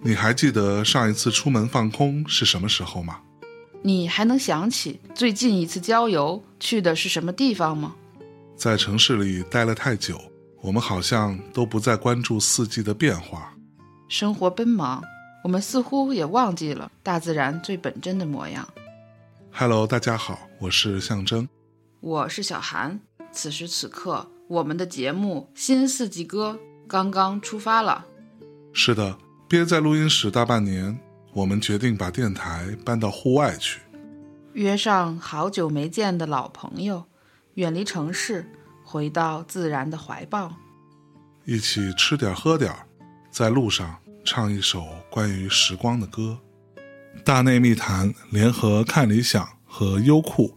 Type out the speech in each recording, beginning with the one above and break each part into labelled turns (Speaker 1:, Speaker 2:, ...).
Speaker 1: 你还记得上一次出门放空是什么时候吗？
Speaker 2: 你还能想起最近一次郊游去的是什么地方吗？
Speaker 1: 在城市里待了太久，我们好像都不再关注四季的变化。
Speaker 2: 生活奔忙，我们似乎也忘记了大自然最本真的模样。
Speaker 1: Hello，大家好，我是象征。
Speaker 2: 我是小韩，此时此刻，我们的节目《新四季歌》刚刚出发了。
Speaker 1: 是的，憋在录音室大半年，我们决定把电台搬到户外去。
Speaker 2: 约上好久没见的老朋友，远离城市，回到自然的怀抱。
Speaker 1: 一起吃点儿喝点儿，在路上唱一首关于时光的歌。大内密谈联合看理想和优酷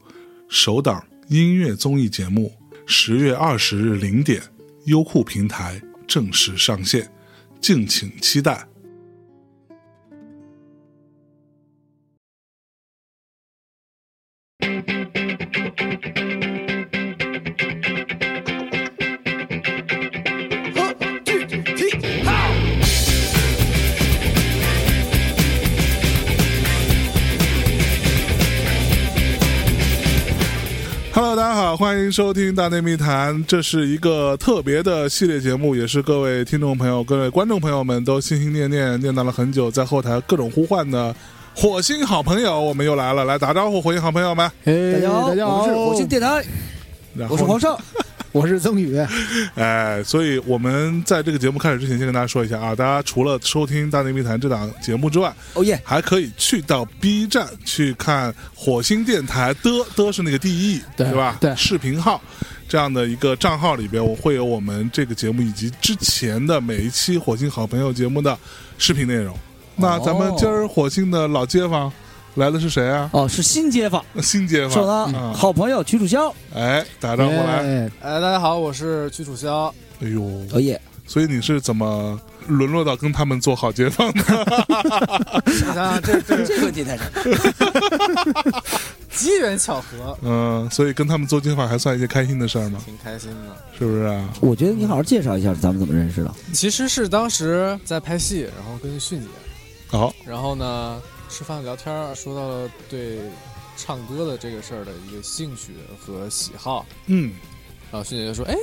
Speaker 1: 首档音乐综艺节目，十月二十日零点，优酷平台正式上线，敬请期待。
Speaker 3: 和具体好。
Speaker 1: Hello，大家好，欢迎收听《大内密谈》，这是一个特别的系列节目，也是各位听众朋友、各位观众朋友们都心心念念念叨了很久，在后台各种呼唤的火星好朋友，我们又来了，来打招呼，火星好朋友们。
Speaker 4: 哎
Speaker 5: 嘿，大
Speaker 3: 大家好，我们是火星电台，
Speaker 1: 然后
Speaker 3: 我是黄少。
Speaker 5: 我是曾宇。
Speaker 1: 哎，所以我们在这个节目开始之前，先跟大家说一下啊，大家除了收听《大内密谈》这档节目之外，
Speaker 3: 哦耶，
Speaker 1: 还可以去到 B 站去看火星电台的的是那个 D E
Speaker 5: 对
Speaker 1: 吧？
Speaker 5: 对
Speaker 1: 视频号这样的一个账号里边，我会有我们这个节目以及之前的每一期火星好朋友节目的视频内容。那咱们今儿火星的老街坊来的是谁啊？
Speaker 3: 哦，是新街坊，
Speaker 1: 新街
Speaker 3: 是我
Speaker 1: 坊，
Speaker 3: 的
Speaker 1: 嗯
Speaker 3: 好朋友曲楚萧。
Speaker 1: 哎，打招呼来。
Speaker 5: 哎，
Speaker 4: 哎，大家好，我是屈楚萧。
Speaker 1: 哎呦，
Speaker 3: 哦耶，
Speaker 1: 所以你是怎么沦落到跟他们做好街坊的？
Speaker 4: 你想想，这这
Speaker 3: 这个问题太难。
Speaker 4: 机缘 巧合，
Speaker 1: 嗯，所以跟他们做街坊还算一件开心的事儿吗？
Speaker 4: 挺开心的。
Speaker 1: 是不是啊？
Speaker 3: 我觉得你好好介绍一下咱们怎么认识的。
Speaker 4: 其实是当时在拍戏，然后跟迅姐，
Speaker 1: 好，
Speaker 4: 然后呢吃饭聊天儿，说到了对唱歌的这个事儿的一个兴趣和喜好。
Speaker 1: 嗯，
Speaker 4: 然后迅姐就说：“哎，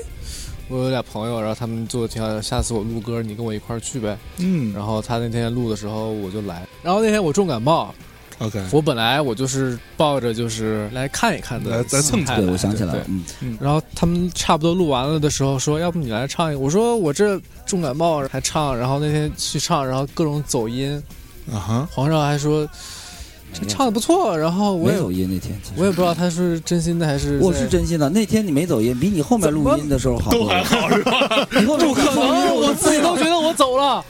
Speaker 4: 我有俩朋友，然后他们做的挺好的，下次我录歌，你跟我一块儿去呗。”
Speaker 1: 嗯
Speaker 4: 然后他那天录的时候我就来，然后那天我重感冒，啊
Speaker 1: ，OK，
Speaker 4: 我本来我就是抱着就是来看一看的
Speaker 1: 来来蹭
Speaker 4: 心态
Speaker 3: 对，我想起来
Speaker 4: 哎对
Speaker 3: 了，嗯，
Speaker 4: 然后他们差不多录完了的时候说，要不你来唱一个？我说我这重感冒还唱，然后那天去唱，然后各种走音，
Speaker 1: 啊哈，
Speaker 4: 皇上还说这唱的不错，然后我
Speaker 3: 没
Speaker 4: 也
Speaker 3: 走音那天，其实
Speaker 4: 我也不知道他是真心的还是
Speaker 3: 我是
Speaker 4: 在。
Speaker 3: 真心的。那天你没走音，比你后面录音的时候好多了。
Speaker 1: 好是吧？
Speaker 3: 你后面
Speaker 4: 不可能， 我自己都觉得我走了。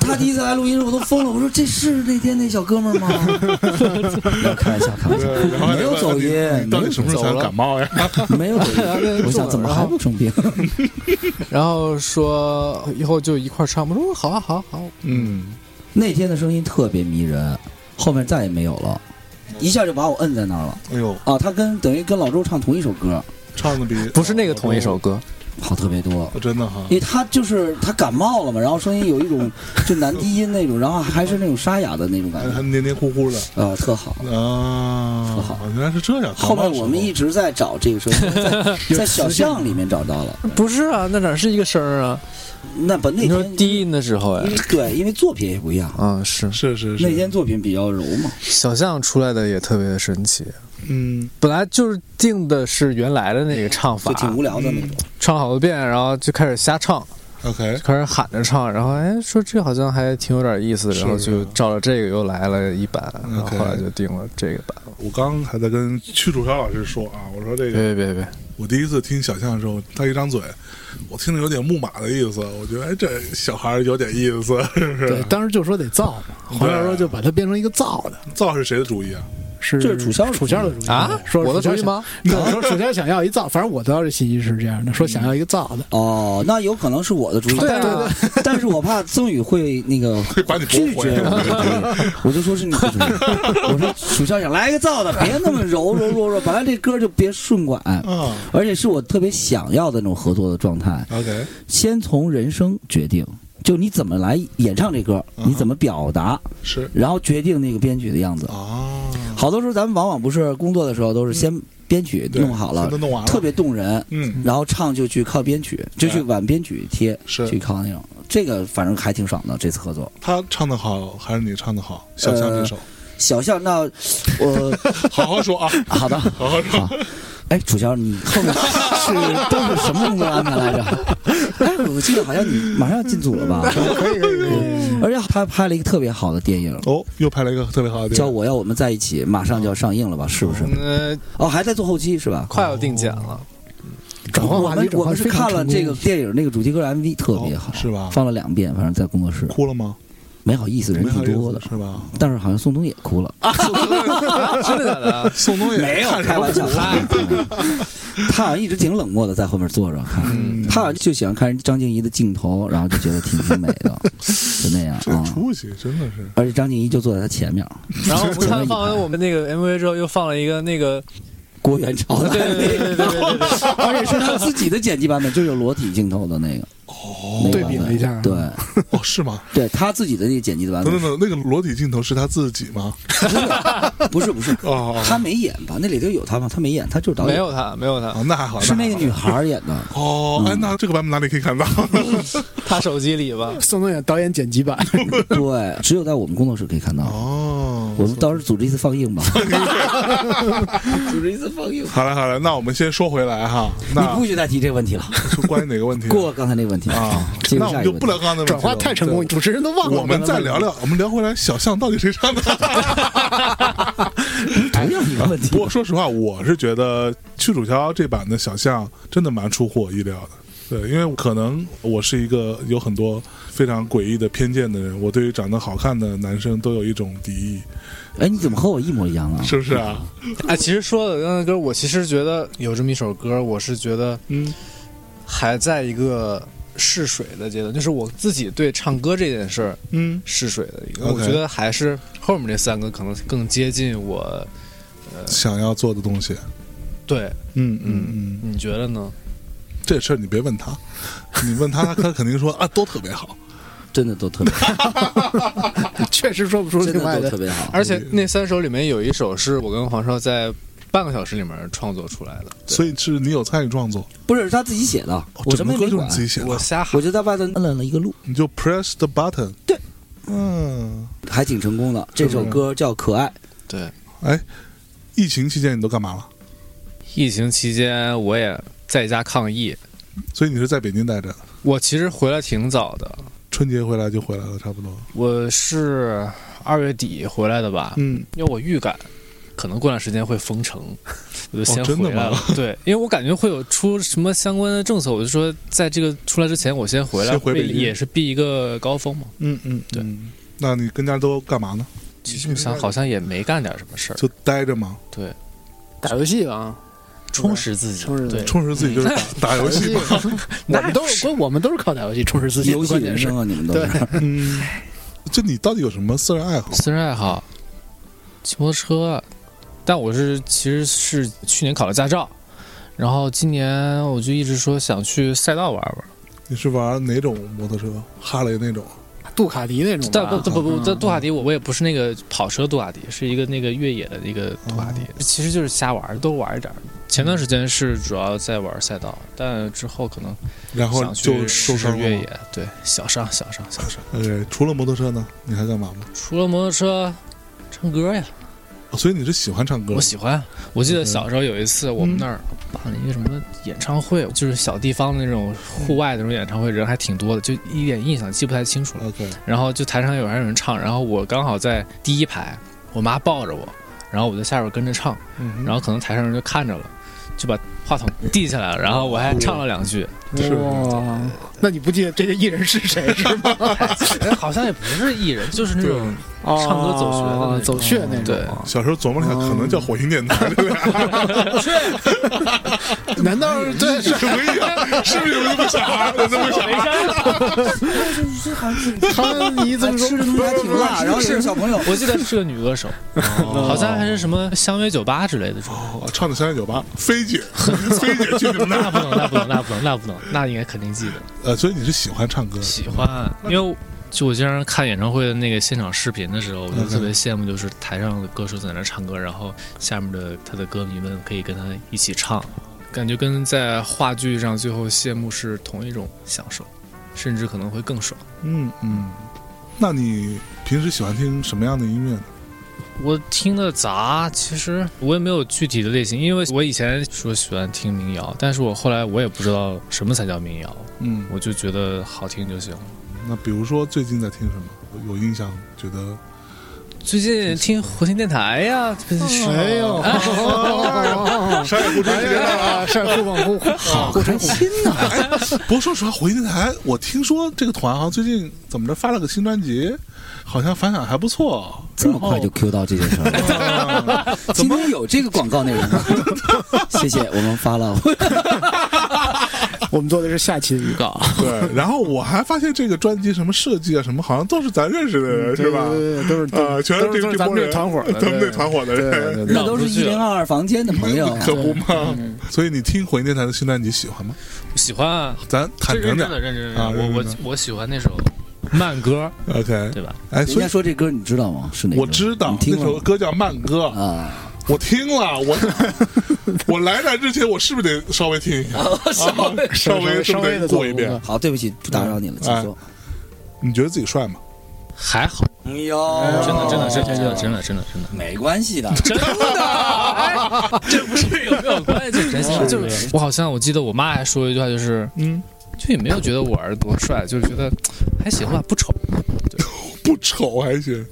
Speaker 3: 他第一次来录音，我都疯了。我说这是那天那小哥们儿吗？没有开玩笑，开玩笑，
Speaker 1: 然后
Speaker 3: 没有走音
Speaker 1: 你到底什么时候才能感冒呀？
Speaker 3: 没有走音。我想怎么还不生病？
Speaker 4: 然后说以后就一块儿唱，我说好啊好啊好啊，
Speaker 1: 嗯，
Speaker 3: 那天的声音特别迷人，后面再也没有了，一下就把我摁在那儿了。
Speaker 1: 哎呦，
Speaker 3: 啊，他跟等于跟老周唱同一首歌，
Speaker 1: 唱的比
Speaker 4: 不是那个同一首歌，
Speaker 3: 好特别多。
Speaker 1: 哦，真的哈
Speaker 3: 因，为他就是他感冒了嘛，然后声音有一种就男低音那种，然后还是那种沙哑的那种感
Speaker 1: 还
Speaker 3: 觉，
Speaker 1: 黏黏糊糊的
Speaker 3: 呃，特好。
Speaker 1: 啊
Speaker 3: 特好，
Speaker 1: 原来是这样。
Speaker 3: 后面我们一直在找这个声音， 在在小巷里面找到了。
Speaker 4: 不是啊，那哪是一个声儿啊？
Speaker 3: 那把那
Speaker 4: 你说
Speaker 3: 天
Speaker 4: 低音的时候呀，
Speaker 3: 因为对，因为作品也不一样。
Speaker 4: 啊是
Speaker 1: 是是
Speaker 3: 那
Speaker 1: 是，
Speaker 3: 天作品比较柔嘛，
Speaker 4: 小象出来的也特别神奇，
Speaker 1: 嗯，
Speaker 4: 本来就是定的是原来的那个唱法
Speaker 3: 就，挺无聊的那种。
Speaker 4: 唱好多遍，然后就开始瞎唱，
Speaker 1: ，OK，
Speaker 4: 就开始喊着唱，然后哎说这好像还挺有点意思，
Speaker 1: 是
Speaker 4: 然后就照着这个又来了一版，
Speaker 1: OK
Speaker 4: 然后后来就定了这个版。
Speaker 1: 我刚还在跟屈楚超老师说啊，我说这个
Speaker 4: 别别别别，
Speaker 1: 我第一次听小象的时候，他一张嘴，我听着有点木马的意思，我觉得哎，这小孩儿有点意思，是不
Speaker 5: 对
Speaker 1: 是，？
Speaker 5: 当时就说得造嘛，黄教授就把它变成一个造的，
Speaker 1: 造是谁的主意啊？
Speaker 5: 是
Speaker 3: 这是楚萧的
Speaker 5: 楚萧的主意
Speaker 4: 啊
Speaker 5: 说
Speaker 4: 我的主
Speaker 5: 楚
Speaker 4: 意
Speaker 5: 萧
Speaker 4: 吗
Speaker 5: 想？ 对，说楚萧想要一造，反正我得到这信息是这样
Speaker 1: 嗯
Speaker 5: 的，说想要一个造的，
Speaker 3: 哦，那有可能是我的主意，
Speaker 4: 对啊
Speaker 3: 但是但是我怕曾宇会那个
Speaker 1: 会把你驳
Speaker 3: 拒
Speaker 1: 回
Speaker 3: 绝我的主意，我就说是你 的主意。我说楚校长来个造的，别那么柔柔弱弱，本来这歌就别顺拐，
Speaker 1: 啊
Speaker 3: 而且是我特别想要的那种合作的状态。
Speaker 1: ，OK，
Speaker 3: 先从人声决定，就你怎么来演唱这歌，
Speaker 1: 嗯哼
Speaker 3: 你怎么表达，
Speaker 1: 是
Speaker 3: 然后决定那个编曲的样子。
Speaker 1: 啊，
Speaker 3: 好多时候咱们往往不是工作的时候都是先编曲
Speaker 1: 嗯对
Speaker 3: 弄好了
Speaker 1: 全，都弄完了，
Speaker 3: 特别动人，
Speaker 1: 嗯
Speaker 3: 然后唱就去靠编曲，就去
Speaker 1: 对
Speaker 3: 往编曲贴，去
Speaker 1: 是
Speaker 3: 靠那种。这个反正还挺爽的，这次合作。
Speaker 1: 他唱的好还是你唱的好？小
Speaker 3: 呃
Speaker 1: 象这首，
Speaker 3: 小象，那我
Speaker 1: 好好说啊，
Speaker 3: 好的，
Speaker 1: 好好说。
Speaker 3: 好，哎，楚乔，你后面是都是什么工作安排来着？哎，我记得好像你马上要进组了吧？
Speaker 5: 可以可以可以，
Speaker 3: 而且他拍了一个特别好的电影，
Speaker 1: 哦，又拍了一个特别好的电
Speaker 3: 叫《
Speaker 1: 影，
Speaker 3: 我要我们在一起》，马上就要上映了吧？是不是？
Speaker 4: 呃，
Speaker 3: 哦，还在做后期是吧？
Speaker 4: 快要定检了，
Speaker 5: 转换
Speaker 3: 我
Speaker 5: 话题
Speaker 3: 们
Speaker 5: 转
Speaker 3: 我们
Speaker 5: 换
Speaker 3: 是
Speaker 5: 非常
Speaker 3: 看了
Speaker 5: 成功
Speaker 3: 这个电影那个主题歌 MV 特别好，
Speaker 1: 哦是吧
Speaker 3: 放了两遍，反正在工作室
Speaker 1: 哭了吗？
Speaker 3: 没好意思，人
Speaker 1: 没好
Speaker 3: 挺
Speaker 1: 意
Speaker 3: 多的啊
Speaker 1: 思，是吧？
Speaker 3: 但是好像宋冬野哭了，
Speaker 4: 真的假的啊？
Speaker 1: 宋冬野
Speaker 3: 没有
Speaker 1: 看着
Speaker 3: 开玩笑
Speaker 1: 不哭，
Speaker 3: 他好像一直挺冷漠的，在后面坐着看。
Speaker 1: 嗯，
Speaker 3: 他好像就喜欢看张静怡的镜头，然后就觉得挺挺美的，就那样
Speaker 1: 这
Speaker 3: 啊。
Speaker 1: 出息真的是
Speaker 3: 而且张静怡就坐在他前面，
Speaker 4: 然后我们看放完我们那个 MV 之后，又放了一个那个，
Speaker 3: 郭元朝
Speaker 4: 对
Speaker 3: 的，
Speaker 4: 对 对对对对对，
Speaker 3: 而且是他自己的剪辑版本，就有裸体镜头的那个。哦
Speaker 5: 对比了一下
Speaker 3: 对
Speaker 1: 哦，是吗？
Speaker 3: 对，他自己的那个剪辑的 版
Speaker 1: 等等
Speaker 3: 本，
Speaker 1: 等，那个裸体镜头是他自己吗？
Speaker 3: 不是不是，
Speaker 1: 哦，哦
Speaker 3: 他没演吧？那里头有他吗？他没演，他就是导演。
Speaker 4: 没有他，没有他，
Speaker 1: 哦，那还好，
Speaker 3: 是那个
Speaker 1: 还好
Speaker 3: 女孩儿演的。
Speaker 1: 哦，哎，
Speaker 3: 嗯
Speaker 1: 那这个版本哪里可以看到？
Speaker 4: 他手机里吧。
Speaker 5: 宋冬野导演剪辑 版，
Speaker 3: 对，只有在我们工作室可以看到。
Speaker 1: 哦，
Speaker 3: 我们到时候组织一次放映吧，组织一次放映。
Speaker 1: 好了好了，那我们先说回来哈，
Speaker 3: 你
Speaker 1: 那
Speaker 3: 不许再提这个问题了，
Speaker 1: 是关于哪个问题？
Speaker 3: 过刚才那个问题
Speaker 1: 啊，
Speaker 3: 进入
Speaker 1: 那我
Speaker 3: 下
Speaker 1: 们
Speaker 3: 一个
Speaker 1: 就
Speaker 3: 问
Speaker 1: 不
Speaker 3: 题。
Speaker 1: 聊刚刚的问题
Speaker 5: 转
Speaker 1: 了
Speaker 5: 化太成功，主持人都忘了。
Speaker 1: 我们再聊聊，我们聊回来小象到底谁 唱的？
Speaker 3: 同样一个问题
Speaker 1: 不，过说实话，我是觉得《去楚乔》这版的小象真的蛮出乎我意料的。对，因为可能我是一个有很多非常诡异的偏见的人，我对于长得好看的男生都有一种敌意，
Speaker 3: 哎，你怎么和我一模一样啊？
Speaker 1: 是不是啊？
Speaker 4: 哎，其实说的刚才歌，我其实觉得有这么一首歌，我是觉得
Speaker 1: 嗯，
Speaker 4: 还在一个试水的阶段，就是我自己对唱歌这件事儿
Speaker 1: 嗯，
Speaker 4: 试水的一个。
Speaker 1: OK
Speaker 4: 我觉得还是后面这三个可能更接近我。
Speaker 1: 想要做的东西，
Speaker 4: 对，
Speaker 1: 嗯嗯嗯，
Speaker 4: 你觉得呢？
Speaker 1: 这事儿你别问他，你问他，他肯定说啊，都特别好。
Speaker 3: 真的都特别，好，
Speaker 5: 确实说不出
Speaker 3: 真
Speaker 5: 另外
Speaker 3: 的都
Speaker 5: 的
Speaker 3: 特。别好。
Speaker 4: 而且那三首里面有一首是我跟黄少在半个小时里面创作出来的，
Speaker 1: 所以是你有参与创作，
Speaker 3: 不是他自己写的，
Speaker 4: 哦
Speaker 3: 我
Speaker 1: 哦
Speaker 3: 什
Speaker 1: 整
Speaker 3: 么
Speaker 1: 个歌就
Speaker 3: 也没
Speaker 1: 是
Speaker 3: 管
Speaker 1: 你，自己写的，
Speaker 4: 啊我瞎喊
Speaker 3: 我就在外头摁了一个路，
Speaker 1: 你就 press the button。
Speaker 3: 对，
Speaker 1: 嗯，
Speaker 3: 还挺成功的。这首歌叫《可爱》，
Speaker 4: 对，
Speaker 1: 哎，疫情期间你都干嘛了？
Speaker 4: 疫情期间我也在家抗疫，
Speaker 1: 所以你是在北京待着，
Speaker 4: 我其实回来挺早的，
Speaker 1: 春节回来就回来了，差不多。
Speaker 4: 我是二月底回来的吧，
Speaker 1: 嗯，
Speaker 4: 因为我预感可能过段时间会封城，我就先
Speaker 1: 哦真的
Speaker 4: 回来了。
Speaker 1: 吗
Speaker 4: 对，因为我感觉会有出什么相关的政策，我就说在这个出来之前，我先回来，
Speaker 1: 先回北
Speaker 4: 为
Speaker 1: 京
Speaker 4: 也是避一个高峰嘛。
Speaker 1: 嗯嗯，
Speaker 4: 对嗯
Speaker 1: 嗯。那你跟家都干嘛呢？
Speaker 4: 其实你想，好像也没干点什么事儿，
Speaker 1: 就待着嘛，
Speaker 4: 对，
Speaker 5: 打游戏啊，
Speaker 4: 充实自己，
Speaker 5: 充实自
Speaker 4: 对，
Speaker 5: 己
Speaker 1: 充实自己就是打
Speaker 4: 嗯
Speaker 1: 打游戏 嘛。
Speaker 5: 我们都是关，我们都是靠打游戏充实自己。
Speaker 3: 游戏
Speaker 5: 关
Speaker 3: 人
Speaker 5: 键是
Speaker 3: 生啊，你们都是。
Speaker 1: 嗯，就你到底有什么私人爱好？
Speaker 4: 私人爱好，骑摩托车，但我是其实是去年考了驾照。然后今年我就一直说想去赛道玩玩，
Speaker 1: 你是玩哪种摩托车？哈雷那种？
Speaker 5: 杜卡迪那种
Speaker 4: 但
Speaker 5: 吧
Speaker 4: 不，不不不，
Speaker 5: 嗯
Speaker 4: 但杜卡迪我我也不是那个跑车杜卡迪，是一个那个越野的一个杜卡
Speaker 1: 哦
Speaker 4: 迪，其实就是瞎玩儿，多玩一点儿。前段时间是主要在玩赛道，但之后可能
Speaker 1: 然后
Speaker 4: 想
Speaker 1: 就
Speaker 4: 去
Speaker 1: 受伤
Speaker 4: 试试
Speaker 1: 了吗
Speaker 4: 越野，对，小伤小伤小 伤。
Speaker 1: 呃，除了摩托车呢，你还干嘛吗？
Speaker 4: 除了摩托车，唱歌呀，
Speaker 1: 哦所以你是喜欢唱歌
Speaker 4: 我？喜欢。我记得
Speaker 1: 嗯
Speaker 4: 小时候有一次，我们那儿办了一个什么演唱会，就是小地方的那种户外的那种演唱会，人还挺多的，就一点印象记不太清楚了。
Speaker 1: OK，
Speaker 4: 然后就台上有还有人唱，然后我刚好在第一排，我妈抱着我，然后我在下边跟着唱，
Speaker 1: 嗯
Speaker 4: 然后可能台上人就看着了，就把话筒递下来了，然后我还唱了两句，
Speaker 1: 是
Speaker 5: 嗯哇， 那你不记得这些艺人是谁是吗？
Speaker 4: 哎好像也不是艺人，就是那种唱歌走穴的那
Speaker 5: 哦
Speaker 4: 种
Speaker 5: 走穴那种。
Speaker 4: 对，
Speaker 1: 小时候琢磨了一下，
Speaker 4: 嗯
Speaker 1: 可能叫火星电台，这俩
Speaker 5: 难道
Speaker 4: 哎
Speaker 5: 是对是
Speaker 1: 是不是一样？是不是有那么想法？有那么想法？
Speaker 3: 这好像是
Speaker 5: 他你怎么
Speaker 3: 吃的东
Speaker 5: 说
Speaker 3: 西还挺 辣，然后有个小朋友，
Speaker 4: 我记得是个女歌手，好像还是什么相约酒吧之类的这种。
Speaker 1: 哦，唱的香烟酒吧，菲姐，菲姐去你们
Speaker 4: 那
Speaker 1: 那。
Speaker 4: 不能，那不能，那不能，那不能，那应该肯定记得。
Speaker 1: 呃，所以你是喜欢唱歌的？
Speaker 4: 喜欢，因为就我经常看演唱会的那个现场视频的时候，我就特别羡慕，就是台上的歌手在那唱歌，然后下面的他的歌迷们可以跟他一起唱，感觉跟在话剧上最后谢幕是同一种享受，甚至可能会更爽。
Speaker 1: 嗯嗯。那你平时喜欢听什么样的音乐呢？
Speaker 4: 我听的杂，其实我也没有具体的类型，因为我以前说喜欢听民谣，但是我后来我也不知道什么才叫民谣，
Speaker 1: 嗯，
Speaker 4: 我就觉得好听就行了。
Speaker 1: 那比如说最近在听什么？有印象？觉得
Speaker 4: 最近听火星电台呀，真是
Speaker 5: 哎呦，
Speaker 1: 山野不穿系列
Speaker 5: 啊，是互网互好互成亲呐，
Speaker 1: 不过说实话，回音台，我听说这个团好像最近怎么着发了个新专辑，好像反响还不错。
Speaker 3: 这么快就 Q 到这件事儿了。 今天有这个广告内容吗？ 谢谢，我们发 了。
Speaker 5: 我们做的是下期的预告，
Speaker 1: 对， 然后我还发现这个专辑什么设计啊，什么好像都是咱认识的人，是吧？
Speaker 5: 嗯对对对，都是
Speaker 1: 呃，全
Speaker 5: 嗯都
Speaker 1: 这
Speaker 5: 是都
Speaker 1: 这
Speaker 5: 是咱
Speaker 1: 波
Speaker 5: 们这
Speaker 1: 人，
Speaker 5: 团伙的，
Speaker 1: 咱们这
Speaker 5: 对
Speaker 1: 团伙的
Speaker 5: 对
Speaker 1: 人，
Speaker 5: 对对
Speaker 3: 那都是一零二房间的朋 友呀。啊
Speaker 1: 可不嘛。
Speaker 5: 嗯
Speaker 1: 所以你听回音电台的新专辑喜欢吗？
Speaker 4: 喜欢啊，
Speaker 1: 咱坦诚
Speaker 4: 认
Speaker 1: 点
Speaker 4: 真的认真
Speaker 1: 啊
Speaker 4: 的，我
Speaker 1: 认真
Speaker 4: 我我喜欢那首慢歌，
Speaker 1: ，OK。
Speaker 4: 对吧？
Speaker 1: 哎，
Speaker 3: 人
Speaker 1: 所以
Speaker 3: 家说这歌你知道吗？是哪个？
Speaker 1: 我知道
Speaker 3: 你听
Speaker 1: 那
Speaker 3: 过
Speaker 1: 首
Speaker 3: 吗
Speaker 1: 歌叫《慢歌》，
Speaker 3: 啊，
Speaker 1: 我听了， 我我来这之前我是不是得稍微听一下？ 稍微稍微
Speaker 5: 稍微
Speaker 1: 这么
Speaker 5: 的
Speaker 1: 得过一遍。
Speaker 3: 好，对不起，不打扰你了，请说。
Speaker 1: 你觉得自己帅吗？
Speaker 4: 还好，
Speaker 3: 哎呦
Speaker 4: 真的真的真的真的真的真的真的
Speaker 3: 没关系的，
Speaker 4: 真的，哎这不是有 没有关系？真心 就是我好像我记得我妈还说一句话，就是
Speaker 1: 嗯，
Speaker 4: 就也没有觉得我儿子多帅，就是觉得还行吧，不丑。
Speaker 1: 不丑还行。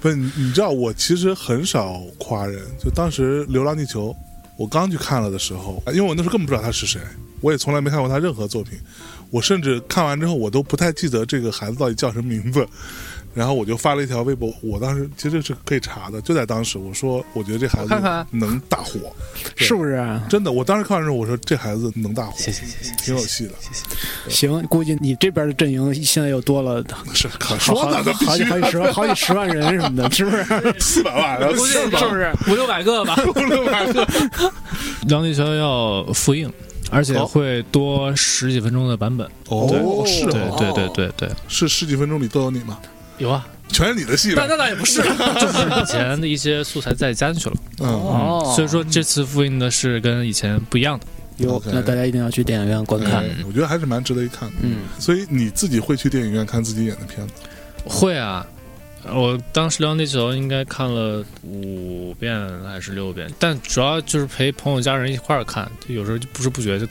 Speaker 1: 不是，你你知道我其实很少夸人，就当时《流浪地球》，我刚去看了的时候，因为我那时候根本不知道他是谁，我也从来没看过他任何作品，我甚至看完之后我都不太记得这个孩子到底叫什么名字。然后我就发了一条微博，我当时其实是可以查的，就在当时，我说我觉得这孩
Speaker 4: 看看
Speaker 1: 子能大火，
Speaker 5: 是不是啊？
Speaker 1: 真的，我当时看完之后我说这孩子能大火，
Speaker 4: 谢谢谢谢，
Speaker 1: 挺有戏的，
Speaker 4: 谢谢。
Speaker 5: 行，估计你这边的阵营现在又多了，
Speaker 1: 是可
Speaker 5: 好
Speaker 1: 说
Speaker 5: 好
Speaker 1: 呢，这必
Speaker 5: 好几
Speaker 1: 须
Speaker 5: 好几十 万好几十万人什么的，是不是？
Speaker 1: 四百万，然后
Speaker 4: 估计
Speaker 1: 四百
Speaker 4: 是 不是 五六百个吧？
Speaker 1: 万六百 个。
Speaker 4: 梁立球要复印，而且
Speaker 1: 哦
Speaker 4: 会多十几分钟的版本。
Speaker 1: 哦，是
Speaker 4: 对
Speaker 1: 哦
Speaker 4: 对对对对，
Speaker 1: 是十几分钟里都有你吗？
Speaker 4: 有啊，
Speaker 1: 全是你的戏
Speaker 4: 但
Speaker 1: 呗。
Speaker 4: 那倒也不是， 就是以前的一些素材再加进去了。
Speaker 1: 嗯，
Speaker 4: 哦，所以说这次复印的是跟以前不一样的。
Speaker 5: 有，
Speaker 1: OK
Speaker 5: 那大家一定要去电影院观看。
Speaker 1: 哎我觉得还是蛮值得一看的。
Speaker 5: 嗯，
Speaker 1: 所以你自己会去电影院看自己演的片子？
Speaker 4: 会啊，我当时聊那时候应该看了五遍还是六遍，但主要就是陪朋友家人一块儿看，就有时候就不知不觉就，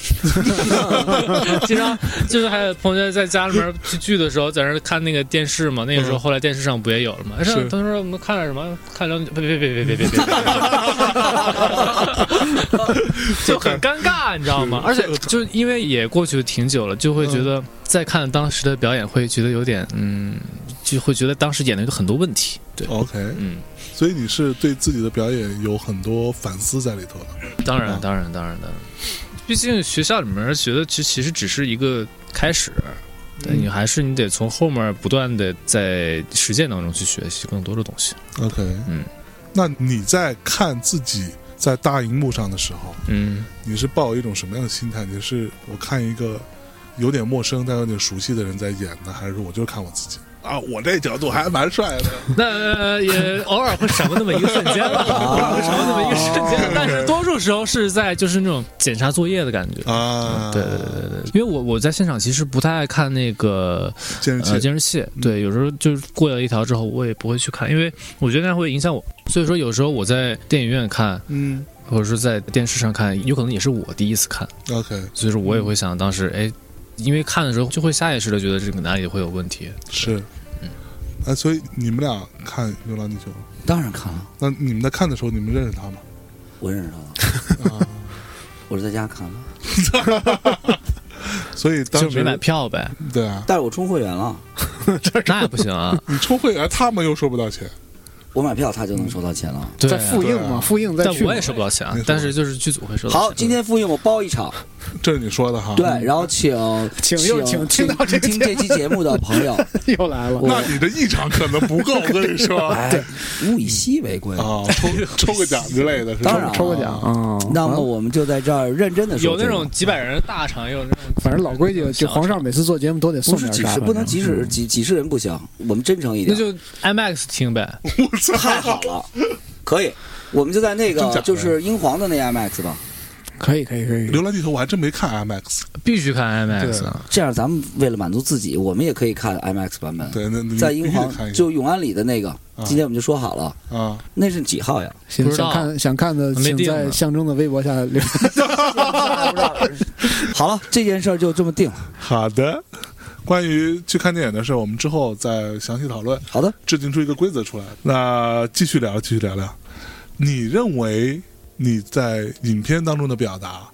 Speaker 4: 经常就是还有朋友在家里面聚聚的时候，在那儿看那个电视嘛，那个时候后来电视上不也有了嘛？哎
Speaker 1: 是
Speaker 4: 他说我们看点什么？看聊，别别别别别别别，就很尴尬，你知道吗？而且就是因为也过去挺久了，就会觉得再看当时的表演，会觉得有点嗯。就会觉得当时演的有很多问题。对，
Speaker 1: OK，
Speaker 4: 嗯，
Speaker 1: 所以你是对自己的表演有很多反思在里头的。
Speaker 4: 当
Speaker 1: 嗯
Speaker 4: 然，当然，当然，当然。毕竟学校里面学的其其实只是一个开始，但你还是你得从后面不断的在实践当中去学习更多的东西。
Speaker 1: OK，
Speaker 4: 嗯，
Speaker 1: 那你在看自己在大荧幕上的时候，
Speaker 4: 嗯，
Speaker 1: 你是抱一种什么样的心态？你是我看一个有点陌生但有点熟悉的人在演呢，还是我就是看我自己？啊，我这角度还蛮帅的。
Speaker 4: 那、呃也偶尔会闪过那么一个瞬间吧，
Speaker 3: 啊
Speaker 4: 偶尔会闪过那么一个瞬间，但是多数时候是在就是那种检查作业的感觉。
Speaker 1: 啊，
Speaker 4: 对对对对对，因为我我在现场其实不太爱看那个
Speaker 1: 监视器、
Speaker 4: 呃，监视器，对，有时候就是过了一条之后，我也不会去看，因为我觉得那会影响我。所以说，有时候我在电影院看，
Speaker 1: 嗯
Speaker 4: 或者说在电视上看，有可能也是我第一次看，
Speaker 1: ，OK，
Speaker 4: 所以说我也会想当时，哎，因为看的时候就会下意识的觉得这个哪里会有问题。
Speaker 1: 是，
Speaker 4: 嗯
Speaker 1: 哎，所以你们俩看《流浪地球》，
Speaker 3: 当然看了，
Speaker 1: 那你们在看的时候，你们认识他吗？
Speaker 3: 啊我认识他了，我是在家看的。
Speaker 1: 所以当
Speaker 4: 就是
Speaker 1: 时
Speaker 4: 没买票 呗，
Speaker 1: 对啊，
Speaker 3: 但是我充会员了，
Speaker 4: 那也不行 啊。
Speaker 1: 你充会员哎他们又收不到钱，
Speaker 3: 我买票他就能收到钱了。
Speaker 4: 对
Speaker 5: 再
Speaker 4: 啊，
Speaker 5: 复印
Speaker 1: 对啊
Speaker 5: 嘛，复印再
Speaker 4: 但
Speaker 5: 去嘛。
Speaker 4: 我也收不到钱啊
Speaker 1: 没错，
Speaker 4: 但是就是剧组会收到钱。
Speaker 3: 好，今天复印我包一场，
Speaker 1: 这是你说的哈？
Speaker 3: 对，，然后请
Speaker 5: 请又请听到这个
Speaker 3: 听这期节目的朋友，
Speaker 5: 又来了，
Speaker 1: 那你这一场可能 不够， 我跟你说嗯啊，
Speaker 3: 哎，物以稀为贵。
Speaker 1: 抽 抽个奖之类的，是吧
Speaker 3: 当然
Speaker 5: 抽个奖啊！
Speaker 3: 那么我们就在这儿认真的说
Speaker 4: 有
Speaker 3: 这
Speaker 4: 那
Speaker 3: 个，
Speaker 4: 种几百人大场，也有那种
Speaker 5: 反正老规矩，就皇上每次做节目都得送
Speaker 3: 不是
Speaker 5: 点
Speaker 3: 几
Speaker 5: 啥，
Speaker 3: 十，不能几
Speaker 1: 嗯
Speaker 3: 十几几十人不行，我们真诚一
Speaker 4: 那
Speaker 3: 点，
Speaker 4: 就 IMAX 听呗。
Speaker 3: 太好 了，可以，我们就在那
Speaker 1: 真假
Speaker 3: 个
Speaker 1: 的
Speaker 3: 就是英皇的那 IMAX 吧，
Speaker 5: 可以可以可以。
Speaker 1: 浏览地球我还真没看 IMAX，
Speaker 4: 必须看 IMAX
Speaker 1: 对
Speaker 4: 啊！
Speaker 3: 这样咱们为了满足自己，我们也可以看 IMAX 版本，
Speaker 1: 对，那你
Speaker 3: 在
Speaker 1: 必
Speaker 3: 英
Speaker 1: 须得看
Speaker 3: 皇
Speaker 1: 一下嗯
Speaker 3: 就永安里的那个，今天我们就说好了，
Speaker 1: 啊，
Speaker 3: 那是几号呀？
Speaker 5: 行
Speaker 4: 不知
Speaker 5: 想
Speaker 4: 道
Speaker 5: 看想看的，
Speaker 4: 还没
Speaker 5: 请
Speaker 4: 定
Speaker 5: 在
Speaker 4: 呢
Speaker 5: 象征的微博下 留。
Speaker 3: 好了，这件事儿就这么定了。
Speaker 1: 好的。关于去看电影的事，我们之后再详细讨论，
Speaker 3: 好的，
Speaker 1: 制定出一个规则出来。那继续聊，继续聊聊。你认为你在影片当中的表达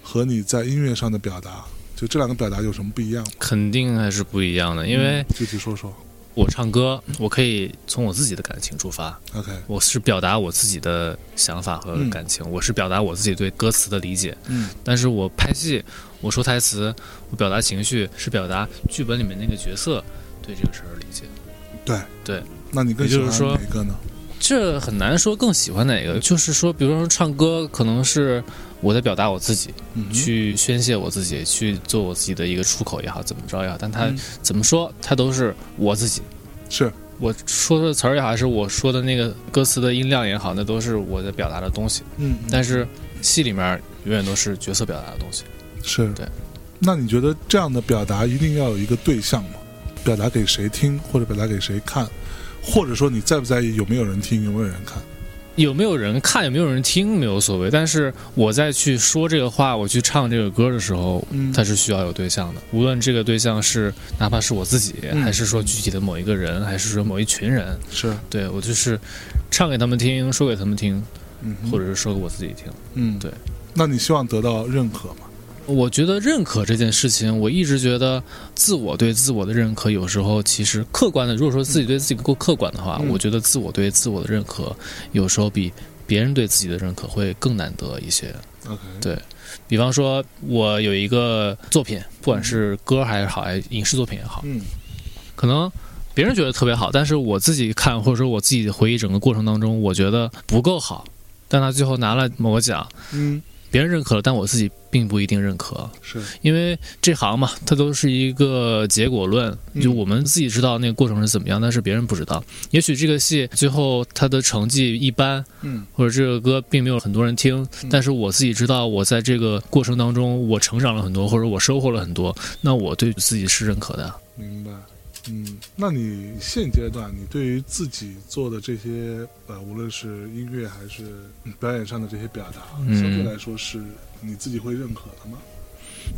Speaker 1: 和你在音乐上的表达，就这两个表达有什么不一样吗？
Speaker 4: 肯定还是不一样的，因为
Speaker 1: 具体说说。
Speaker 4: 我唱歌，我可以从我自己的感情出发，
Speaker 1: OK，
Speaker 4: 我是表达我自己的想法和感情，我是表达我自己对歌词的理解。
Speaker 1: 嗯，
Speaker 4: 但是我拍戏，我说台词，我表达情绪，是表达剧本里面那个角色对这个事儿的理解。
Speaker 1: 那你更喜欢
Speaker 4: 也就是说
Speaker 1: 哪一个呢？
Speaker 4: 这很难说更喜欢哪个，就是说，比如说唱歌，可能是我在表达我自己，
Speaker 1: 嗯
Speaker 4: 去宣泄我自己，去做我自己的一个出口也好，怎么着也好，但它
Speaker 1: 嗯
Speaker 4: 怎么说，它都是我自己。
Speaker 1: 是
Speaker 4: 我说的词儿也好，还是我说的那个歌词的音量也好，那都是我在表达的东西。
Speaker 1: 嗯，
Speaker 4: 但是戏里面永远都是角色表达的东西。
Speaker 1: 是
Speaker 4: 对。
Speaker 1: 那你觉得这样的表达一定要有一个对象吗？表达给谁听，或者表达给谁看，或者说你在不在意有没有人听，有没有人看？
Speaker 4: 有没有人看，有没有人听没有所谓，但是我在去说这个话，我去唱这个歌的时候，
Speaker 1: 嗯
Speaker 4: 它是需要有对象的。无论这个对象是哪怕是我自己，
Speaker 1: 嗯
Speaker 4: 还是说具体的某一个人，还是说某一群人，
Speaker 1: 是，
Speaker 4: 对我就是唱给他们听，说给他们听，
Speaker 1: 嗯哼，
Speaker 4: 或者是说给我自己听。
Speaker 1: 嗯，
Speaker 4: 对。
Speaker 1: 那你希望得到认可吗？
Speaker 4: 我觉得认可这件事情，我一直觉得自我对自我的认可，有时候其实客观的，如果说自己对自己不够客观的话，
Speaker 1: 嗯
Speaker 4: 我觉得自我对自我的认可，有时候比别人对自己的认可会更难得一些。
Speaker 1: OK，
Speaker 4: 比方说，我有一个作品，不管是歌还是好，还是影视作品也好，
Speaker 1: 嗯
Speaker 4: 可能别人觉得特别好，但是我自己看或者说我自己回忆整个过程当中，我觉得不够好，但他最后拿了某个奖，
Speaker 1: 嗯，
Speaker 4: 别人认可了，但我自己并不一定认可。
Speaker 1: 是，
Speaker 4: 因为这行嘛，它都是一个结果论，
Speaker 1: 嗯
Speaker 4: 就我们自己知道那个过程是怎么样，但是别人不知道。也许这个戏最后它的成绩一般，
Speaker 1: 嗯
Speaker 4: 或者这个歌并没有很多人听
Speaker 1: 嗯，
Speaker 4: 但是我自己知道，我在这个过程当中我成长了很多，或者我收获了很多，那我对自己是认可的。啊
Speaker 1: 明白。嗯，那你现阶段你对于自己做的这些呃，无论是音乐还是表演上的这些表达，
Speaker 4: 嗯
Speaker 1: 相对来说是你自己会认可的吗？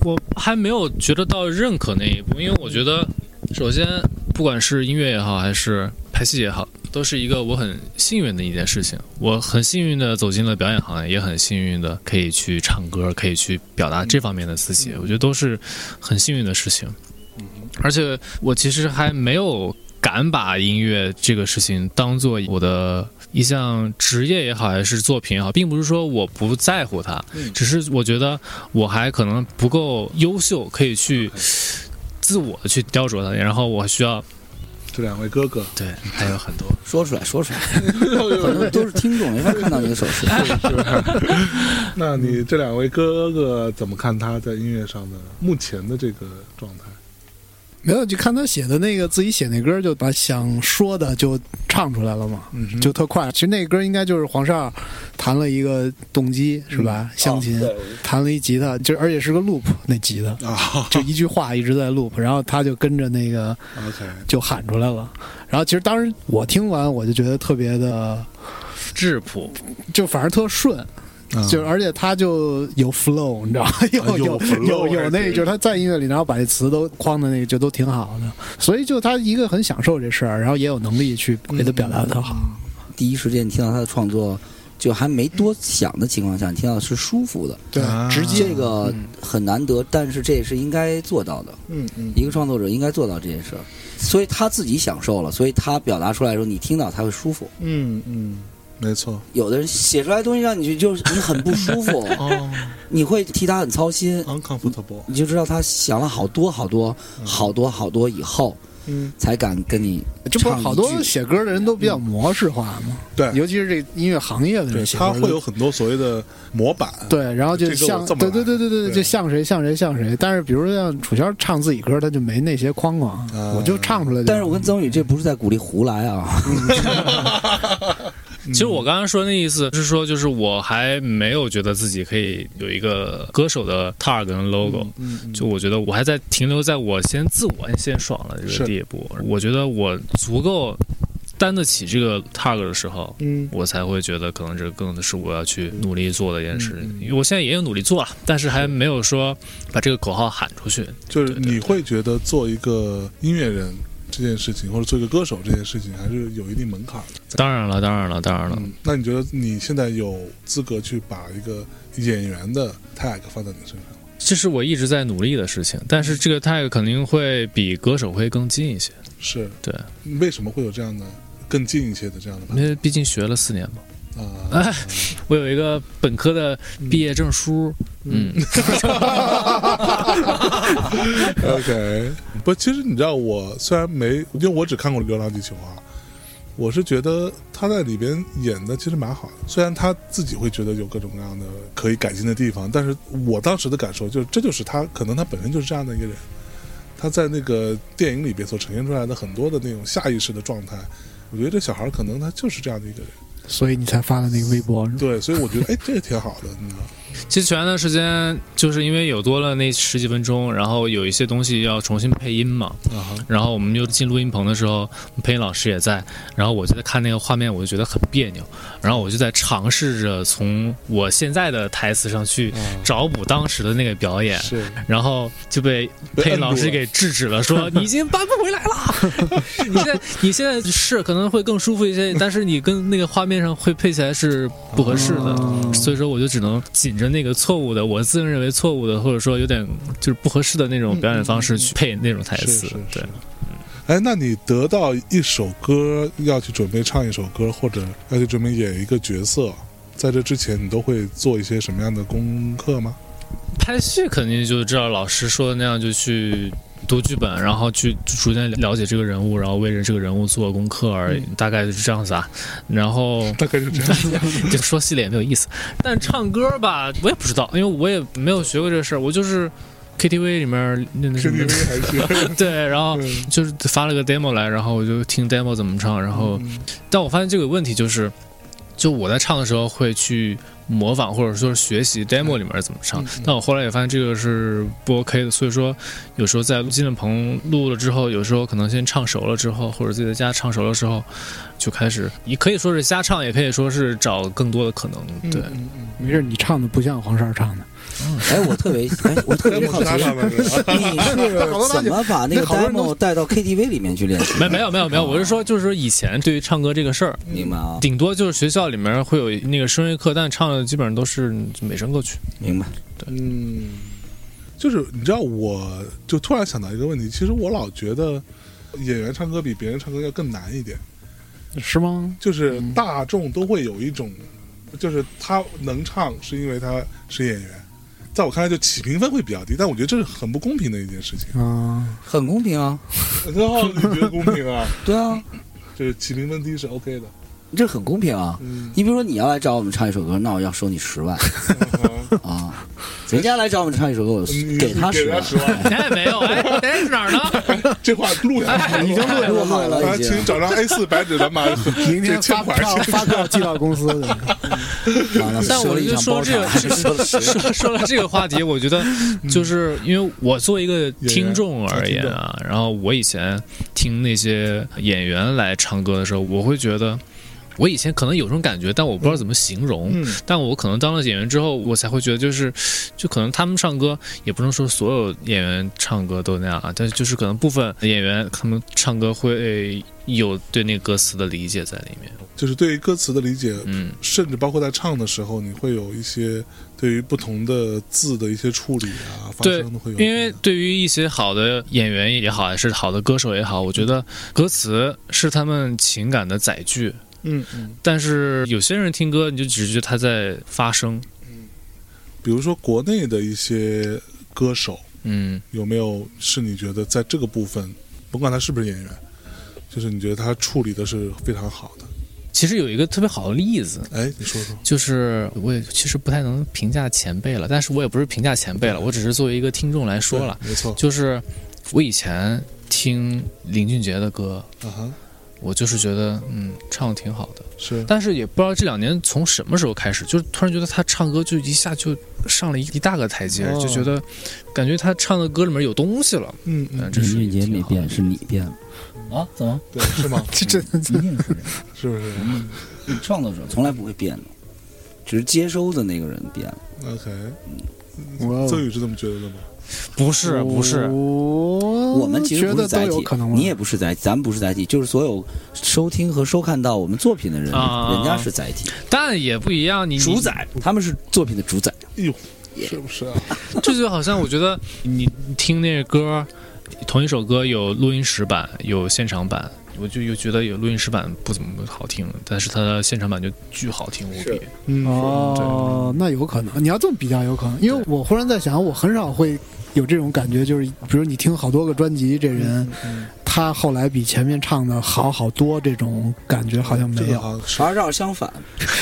Speaker 4: 我还没有觉得到认可那一步，因为我觉得，首先不管是音乐也好，还是拍戏也好，都是一个我很幸运的一件事情。我很幸运的走进了表演行业，也很幸运的可以去唱歌，可以去表达这方面的自己，我觉得都是很幸运的事情。而且我其实还没有敢把音乐这个事情当做我的一项职业也好，还是作品也好，并不是说我不在乎它，
Speaker 1: 嗯
Speaker 4: 只是我觉得我还可能不够优秀，可以去自我的去雕琢它，然后我需要
Speaker 1: 这两位哥 哥，
Speaker 4: 对，还有很多。
Speaker 3: 说出来，说出来，很多都是听众，没法看到你的手 势。
Speaker 1: 那你这两位哥哥怎么看他在音乐上的目前的这个状态？
Speaker 5: 没有，就看他写的那个自己写那歌，就把想说的就唱出来了嘛，
Speaker 1: 嗯
Speaker 5: 就特快。其实那歌应该就是黄少弹了一个动机是
Speaker 4: 哦
Speaker 5: 吧？
Speaker 3: 相
Speaker 5: 湘
Speaker 6: 哦
Speaker 5: 琴弹了一吉他，就而且是个 loop 那吉
Speaker 4: 哦
Speaker 5: 他，
Speaker 1: 啊
Speaker 5: 就一句话一直在 loop，然后他就跟着那个
Speaker 1: ，OK，
Speaker 5: 就喊出来了。然后其实当时我听完我就觉得特别的，
Speaker 4: 质朴，
Speaker 5: 就反正特顺，
Speaker 1: 啊
Speaker 5: 就而且他就有 flow，你知道吗？有
Speaker 1: 哎有
Speaker 5: 有
Speaker 1: flow，
Speaker 5: 有
Speaker 1: 还
Speaker 5: 有那，
Speaker 1: 是
Speaker 5: 就是他在音乐里，然后把这词都框的那个就都挺好的，所以就他一个很
Speaker 3: 嗯
Speaker 5: 享受这事儿，然后也有能力去给他表达的特好。
Speaker 3: 第一时间听到他的创作，就还没多想的情况下，你听到是舒服的，
Speaker 5: 对，
Speaker 1: 啊
Speaker 5: 直接
Speaker 3: 这个
Speaker 5: 嗯
Speaker 3: 很难得，但是这也是应该做到的。
Speaker 5: 嗯嗯，
Speaker 3: 一个创作者应该做到这件事儿，所以他自己享受了，所以他表达出来的时候，你听到才会舒服。
Speaker 1: 嗯嗯，没错，
Speaker 3: 有的人写出来的东西让你就就是你很不舒 服，
Speaker 1: 哦
Speaker 3: 你会替他很操心，
Speaker 1: ，uncomfortable，
Speaker 3: 你就知道他想了好多好多好多好多以后，
Speaker 5: 嗯，
Speaker 3: 才敢跟你
Speaker 5: 这不是
Speaker 3: 唱一
Speaker 5: 好多
Speaker 3: 句
Speaker 5: 写歌的人都比较模式化吗？
Speaker 1: 对
Speaker 5: 尤其是这音乐行业的
Speaker 1: 嗯对
Speaker 5: 人，写歌
Speaker 1: 他
Speaker 5: 都
Speaker 1: 嗯会有很多所谓的模板，
Speaker 5: 对，然后就
Speaker 1: 这个我
Speaker 5: 像
Speaker 1: 这么
Speaker 5: 对
Speaker 1: 来
Speaker 5: 对对对对，
Speaker 1: 对
Speaker 5: 就像谁像谁像谁。但是比如说像楚乔唱自己歌，他就没那些框框，
Speaker 1: 啊
Speaker 5: 我就唱出来就好。
Speaker 3: 但是我跟曾宇这不是在鼓励胡来啊，
Speaker 4: 其实我刚刚说那意思是说，就是我还没有觉得自己可以有一个歌手的 tag 跟 logo，、就
Speaker 1: 嗯
Speaker 4: 我觉得我还在停留在我先自我先爽了这
Speaker 1: 是
Speaker 4: 个地步。我觉得我足够担得起这个 tag 的时候，
Speaker 5: 嗯，
Speaker 4: 我才会觉得可能这更是我要去努力做的一件事。因为我现在也有努力做了，但是还没有说把这个口号喊出去。
Speaker 1: 就是你会觉得做一个音乐人这件事情，或者做一个歌手这件事情，还是有一定门槛的。
Speaker 4: 当然了，当然了，当然了。
Speaker 1: 嗯，那你觉得你现在有资格去把一个演员的 tag 放在你身上吗？
Speaker 4: 这是我一直在努力的事情，但是这个 tag 肯定会比歌手会更近一些，
Speaker 1: 是
Speaker 4: 对，
Speaker 1: 为什么会有这样的更近一些的这样的吧
Speaker 4: 因？为毕竟学了四年嘛。
Speaker 1: 啊，
Speaker 4: 我有一个本科的毕业证书，嗯，
Speaker 1: OK，不，其实你知道我，虽然没，因为我只看过《流浪地球》啊，我是觉得他在里边演的其实蛮好的。虽然他自己会觉得有各种各样的可以改进的地方，但是我当时的感受就是，这就是他，可能他本身就是这样的一个人。他在那个电影里边所呈现出来的很多的那种下意识的状态，我觉得这小孩儿可能他就是这样的一个人。
Speaker 5: 所以你才发的那个微博是吧？
Speaker 1: 对，所以我觉得，哎，这个挺好的，你知道吗？
Speaker 4: 其实前段时间就是因为有多了那十几分钟，然后有一些东西要重新配音嘛，然后我们就进录音棚的时候，配音老师也在，然后我就在看那个画面，我就觉得很别扭，然后我就在尝试着从我现在的台词上去找补当时的那个表演，
Speaker 1: 是
Speaker 4: 然后就被
Speaker 1: 被
Speaker 4: 配音
Speaker 1: 摁
Speaker 4: 老
Speaker 1: 住
Speaker 4: 师
Speaker 1: 了
Speaker 4: 给制止了， 说你已经搬不回来了。你现在你现在是可能会更舒服一些，但是你跟那个画面上会配起来是不合适
Speaker 1: 哦
Speaker 4: 的，所以说我就只能紧着那个错误的，我自认为错误的，或者说有点就是不合适的那种表演方式去配那种台
Speaker 1: 是
Speaker 4: 词
Speaker 1: 是。是
Speaker 4: 对，
Speaker 1: 哎，那你得到一首歌，要去准备唱一首歌，或者要去准备演一个角色，在这之前，你都会做一些什么样的功课吗？
Speaker 4: 拍戏肯定就知道老师说的那样，就去读剧本，然后去逐渐了解这个人物，然后为着这个人物做功课而已，
Speaker 1: 嗯
Speaker 4: 大概就是这样子啊。然后
Speaker 1: 大概就这样。
Speaker 4: 就说戏里也没有意思。但唱歌吧，我也不知道，因为我也没有学过这个事儿，我就是 KTV 里面那那什么
Speaker 1: KTV 还是嗯
Speaker 4: 对，然后就是发了个 demo 来，然后我就听 demo 怎么唱，然后，但我发现这个问题就是，就我在唱的时候会去模仿或者说学习 demo 里面怎么唱，但我后来也发现这个是不 OK 的，所以说有时候在进了棚录了之后，有时候可能先唱熟了之后，或者自己在家唱熟了之后，就开始你可以说是瞎唱，也可以说是找更多的可
Speaker 1: 嗯
Speaker 4: 能，对，
Speaker 5: 没事，你唱的不像黄少唱的，
Speaker 3: 哎，我特别哎，我 特别
Speaker 1: 我
Speaker 3: 好
Speaker 1: 是他
Speaker 3: 奇
Speaker 1: 唱。的是吧，
Speaker 3: 你是怎么把那个
Speaker 5: 那好多人都
Speaker 3: demo 带到 KTV 里面去练习？
Speaker 4: 没没有没有没有，我是说就是说以前对于唱歌这个事儿，
Speaker 3: 明白啊，
Speaker 4: 顶多就是学校里面会有那个声乐课，但唱的基本上都是美声歌曲。
Speaker 3: 明白。
Speaker 1: 嗯，就是你知道，我就突然想到一个问题，其实我老觉得演员唱歌比别人唱歌要更难一点，
Speaker 5: 是吗？
Speaker 1: 就是
Speaker 4: 嗯
Speaker 1: 大众都会有一种，就是他能唱是因为他是演员，在我看来就起评分会比较低，但我觉得这是很不公平的一件事情。
Speaker 5: 啊，
Speaker 3: 很公平啊，
Speaker 1: 然后你觉得公平啊？
Speaker 3: 对啊，
Speaker 1: 就是起评分低是 OK 的。
Speaker 3: 这很公平啊。
Speaker 1: 嗯，
Speaker 3: 你比如说，你要来找我们唱一首歌，那我要收你十万 啊。人家来找我们唱一首歌，我
Speaker 1: 你
Speaker 3: 给他
Speaker 1: 给
Speaker 3: 十
Speaker 1: 他
Speaker 3: 万。
Speaker 1: 十 万，
Speaker 4: 哎，没有，哎，哎是哪儿呢？
Speaker 1: 这话录下来了，
Speaker 3: 已经录好
Speaker 1: 啊
Speaker 3: 了，已
Speaker 1: 请
Speaker 3: 经
Speaker 1: 找张 A 四白纸，咱 把
Speaker 5: 明
Speaker 1: 这
Speaker 5: 天
Speaker 1: 欠
Speaker 5: 发
Speaker 1: 款
Speaker 5: 票
Speaker 1: 先
Speaker 5: 发票寄到公司 去。
Speaker 3: 完了，
Speaker 4: 但
Speaker 3: 收
Speaker 4: 我
Speaker 3: 了一
Speaker 4: 就
Speaker 3: 场包
Speaker 4: 说这
Speaker 3: 场，
Speaker 4: 个
Speaker 3: 还是收了十万。
Speaker 4: 说说了这个话题，我觉得就是因为我作为一个听众而言啊，然后我以前听那些演员来唱歌的时候，我会觉得。我以前可能有这种感觉，但我不知道怎么形容。
Speaker 1: 嗯
Speaker 3: 嗯
Speaker 4: 但我可能当了演员之后，我才会觉得，就是，就可能他们唱歌，也不能说所有演员唱歌都那样啊，但是就是可能部分演员他们唱歌会有对那个歌词的理解在里面。
Speaker 1: 就是对于歌词的理解，
Speaker 4: 嗯，
Speaker 1: 甚至包括在唱的时候，你会有一些对于不同的字的一些处理啊，发
Speaker 4: 对
Speaker 1: 声的会有一些，
Speaker 4: 因为对于一些好的演员也好，还是好的歌手也好，我觉得歌词是他们情感的载具。
Speaker 1: 嗯嗯，
Speaker 4: 但是有些人听歌，你就只是觉得他在发声。
Speaker 1: 比如说国内的一些歌手，
Speaker 4: 嗯，
Speaker 1: 有没有是你觉得在这个部分，甭管他是不是演员，就是你觉得他处理的是非常好的？
Speaker 4: 其实有一个特别好的例子，
Speaker 1: 哎，你说说，
Speaker 4: 就是我也其实不太能评价前辈了，但是我也不是评价前辈了，我只是作为一个听众来说了，
Speaker 1: 对，没错，
Speaker 4: 就是我以前听林俊杰的歌，
Speaker 1: 啊哈，
Speaker 4: 我就是觉得嗯唱的挺好的，
Speaker 1: 是
Speaker 4: 但是也不知道这两年从什么时候开始，就是突然觉得他唱歌就一下就上了一一大个台阶，
Speaker 1: 哦
Speaker 4: 就觉得感觉他唱的歌里面有东西了，
Speaker 1: 嗯
Speaker 4: 嗯，
Speaker 1: 嗯，
Speaker 4: 这是
Speaker 3: 林俊杰没
Speaker 4: 挺好的
Speaker 3: 变，是你变了啊？怎么？
Speaker 1: 对，是 吗？
Speaker 5: 这这
Speaker 3: 一定是这样。
Speaker 1: 是不是
Speaker 3: 创作者从来不会变的，只是接收的那个人变了。
Speaker 1: ？OK，
Speaker 5: 哇
Speaker 6: 嗯
Speaker 5: 哦
Speaker 1: 邹宇是这么觉得的吗？
Speaker 4: 不是啊不是，
Speaker 5: 我
Speaker 3: 我们其实
Speaker 5: 觉
Speaker 3: 不
Speaker 5: 得
Speaker 3: 是
Speaker 5: 都
Speaker 3: 载
Speaker 5: 有
Speaker 3: 体
Speaker 5: 可能，了。
Speaker 3: 你也不是载体，咱们不是载体，就是所有收听和收看到我们作品的人，
Speaker 4: 啊
Speaker 3: 人家是载体，
Speaker 4: 但也不一样，你
Speaker 3: 主宰，他们是作品的主宰。
Speaker 1: 哎呦，是不是啊？
Speaker 4: 这就好像我觉得你你听那个歌，同一首歌有录音室版，有现场版，我就又觉得有录音室版不怎么好听，但是它的现场版就巨好听无比
Speaker 1: 是。嗯，
Speaker 5: 哦，那有可能。你要这么比较，有可能，因为我忽然在想，我很少会有这种感觉，就是比如你听好多个专辑，这人
Speaker 1: 嗯
Speaker 5: 他后来比前面唱的好好多，这种感觉好像
Speaker 1: 这
Speaker 5: 没
Speaker 1: 个
Speaker 5: 有。
Speaker 1: 好像是
Speaker 3: 而正相 反，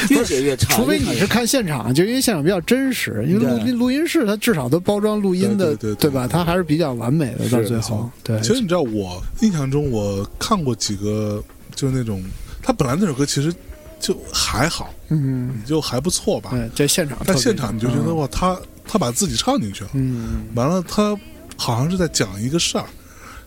Speaker 3: 越写越差。
Speaker 5: 除非
Speaker 3: 越唱
Speaker 5: 你
Speaker 3: 越
Speaker 5: 是看现场，就因为现场比较真实，因为录
Speaker 3: 对
Speaker 5: 音录音室它至少都包装录音的，
Speaker 1: 对对对对
Speaker 5: 吧？它还是比较完美的，到
Speaker 1: 是
Speaker 5: 最
Speaker 1: 没
Speaker 5: 后
Speaker 1: 错，
Speaker 5: 对，
Speaker 1: 其实你知道，我印象中我看过几个，就是那种他本来那首歌其实就还好，
Speaker 5: 嗯，
Speaker 1: 就还不错吧，
Speaker 5: 对，在现场特别，
Speaker 1: 但现场你就觉得哇，他他把自己唱进去了，
Speaker 5: 嗯，
Speaker 1: 完了他好像是在讲一个事儿，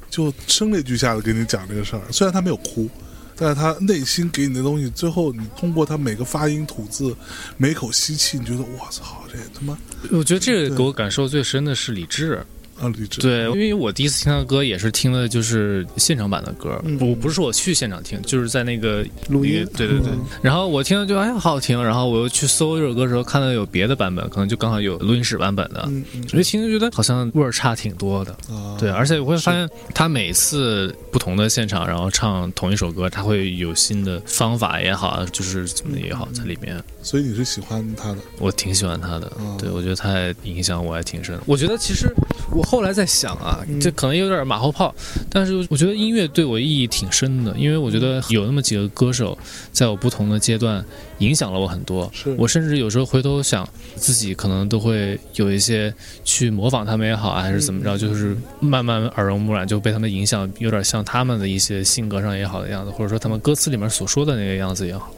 Speaker 1: 就声泪俱下的给你讲这个事儿，虽然他没有哭。但是他内心给你的东西，最后你通过他每个发音吐字，每口吸气，你觉得我操，这他妈
Speaker 4: 我觉得这个给我感受最深的是李志，
Speaker 1: 啊理智，
Speaker 4: 对，因为我第一次听他的歌也是听的就是现场版的歌，
Speaker 1: 嗯
Speaker 4: 我不是说我去现场听，就是在那个
Speaker 5: 录音
Speaker 4: 那个对对对。
Speaker 5: 嗯
Speaker 4: 然后我听了就哎呀好好听，然后我又去搜这首歌的时候看到有别的版本，可能就刚好有录音室版本的，
Speaker 1: 嗯嗯
Speaker 4: 我一听就觉得好像味儿差挺多的。
Speaker 1: 啊，
Speaker 4: 对，而且我会发现他每次不同的现场，然后唱同一首歌，他会有新的方法也好，就是怎么也好在里面。
Speaker 1: 所以你是喜欢他的，
Speaker 4: 我挺喜欢他的，
Speaker 1: 嗯
Speaker 4: 对我觉得他影响我还挺深。我觉得其实我后来在想啊，
Speaker 1: 嗯
Speaker 4: 这可能有点马后炮，但是我觉得音乐对我意义挺深的，因为我觉得有那么几个歌手，在我不同的阶段影响了我很多。
Speaker 1: 是
Speaker 4: 我甚至有时候回头想，自己可能都会有一些去模仿他们也好啊，还是
Speaker 1: 嗯
Speaker 4: 怎么着，就是慢慢耳濡目染，就被他们影响，有点像他们的一些性格上也好的样子，或者说他们歌词里面所说的那个样子也好。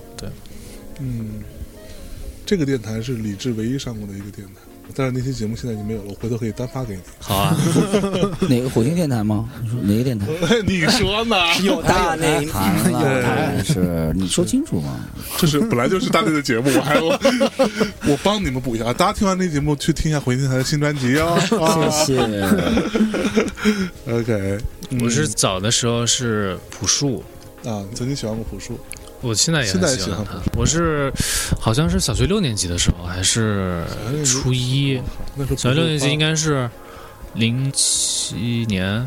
Speaker 1: 嗯，这个电台是李志唯一上过的一个电台，但是那期节目现在已经没有了，我回头可以单发给你。
Speaker 4: 好啊，
Speaker 3: 哪个火星电台吗？你说哪个电台？
Speaker 1: 你说呢？
Speaker 3: 有大内涵了，
Speaker 1: 对
Speaker 3: 真是你说清楚吗？
Speaker 1: 这是本来就是大内的节目，我还我我帮你们补一下，大家听完这节目去听一下回电台的新专辑哦。啊
Speaker 3: 谢谢。
Speaker 1: OK，嗯
Speaker 4: 我是早的时候是朴树，
Speaker 1: 啊，曾经喜欢过朴树，
Speaker 4: 我现在也
Speaker 1: 现在也
Speaker 4: 很喜欢
Speaker 1: 喜欢
Speaker 4: 他。我是好像是小学六年级的时候，还是初一？
Speaker 1: 那时候朴树啊
Speaker 4: 小学六年级应该是零七年，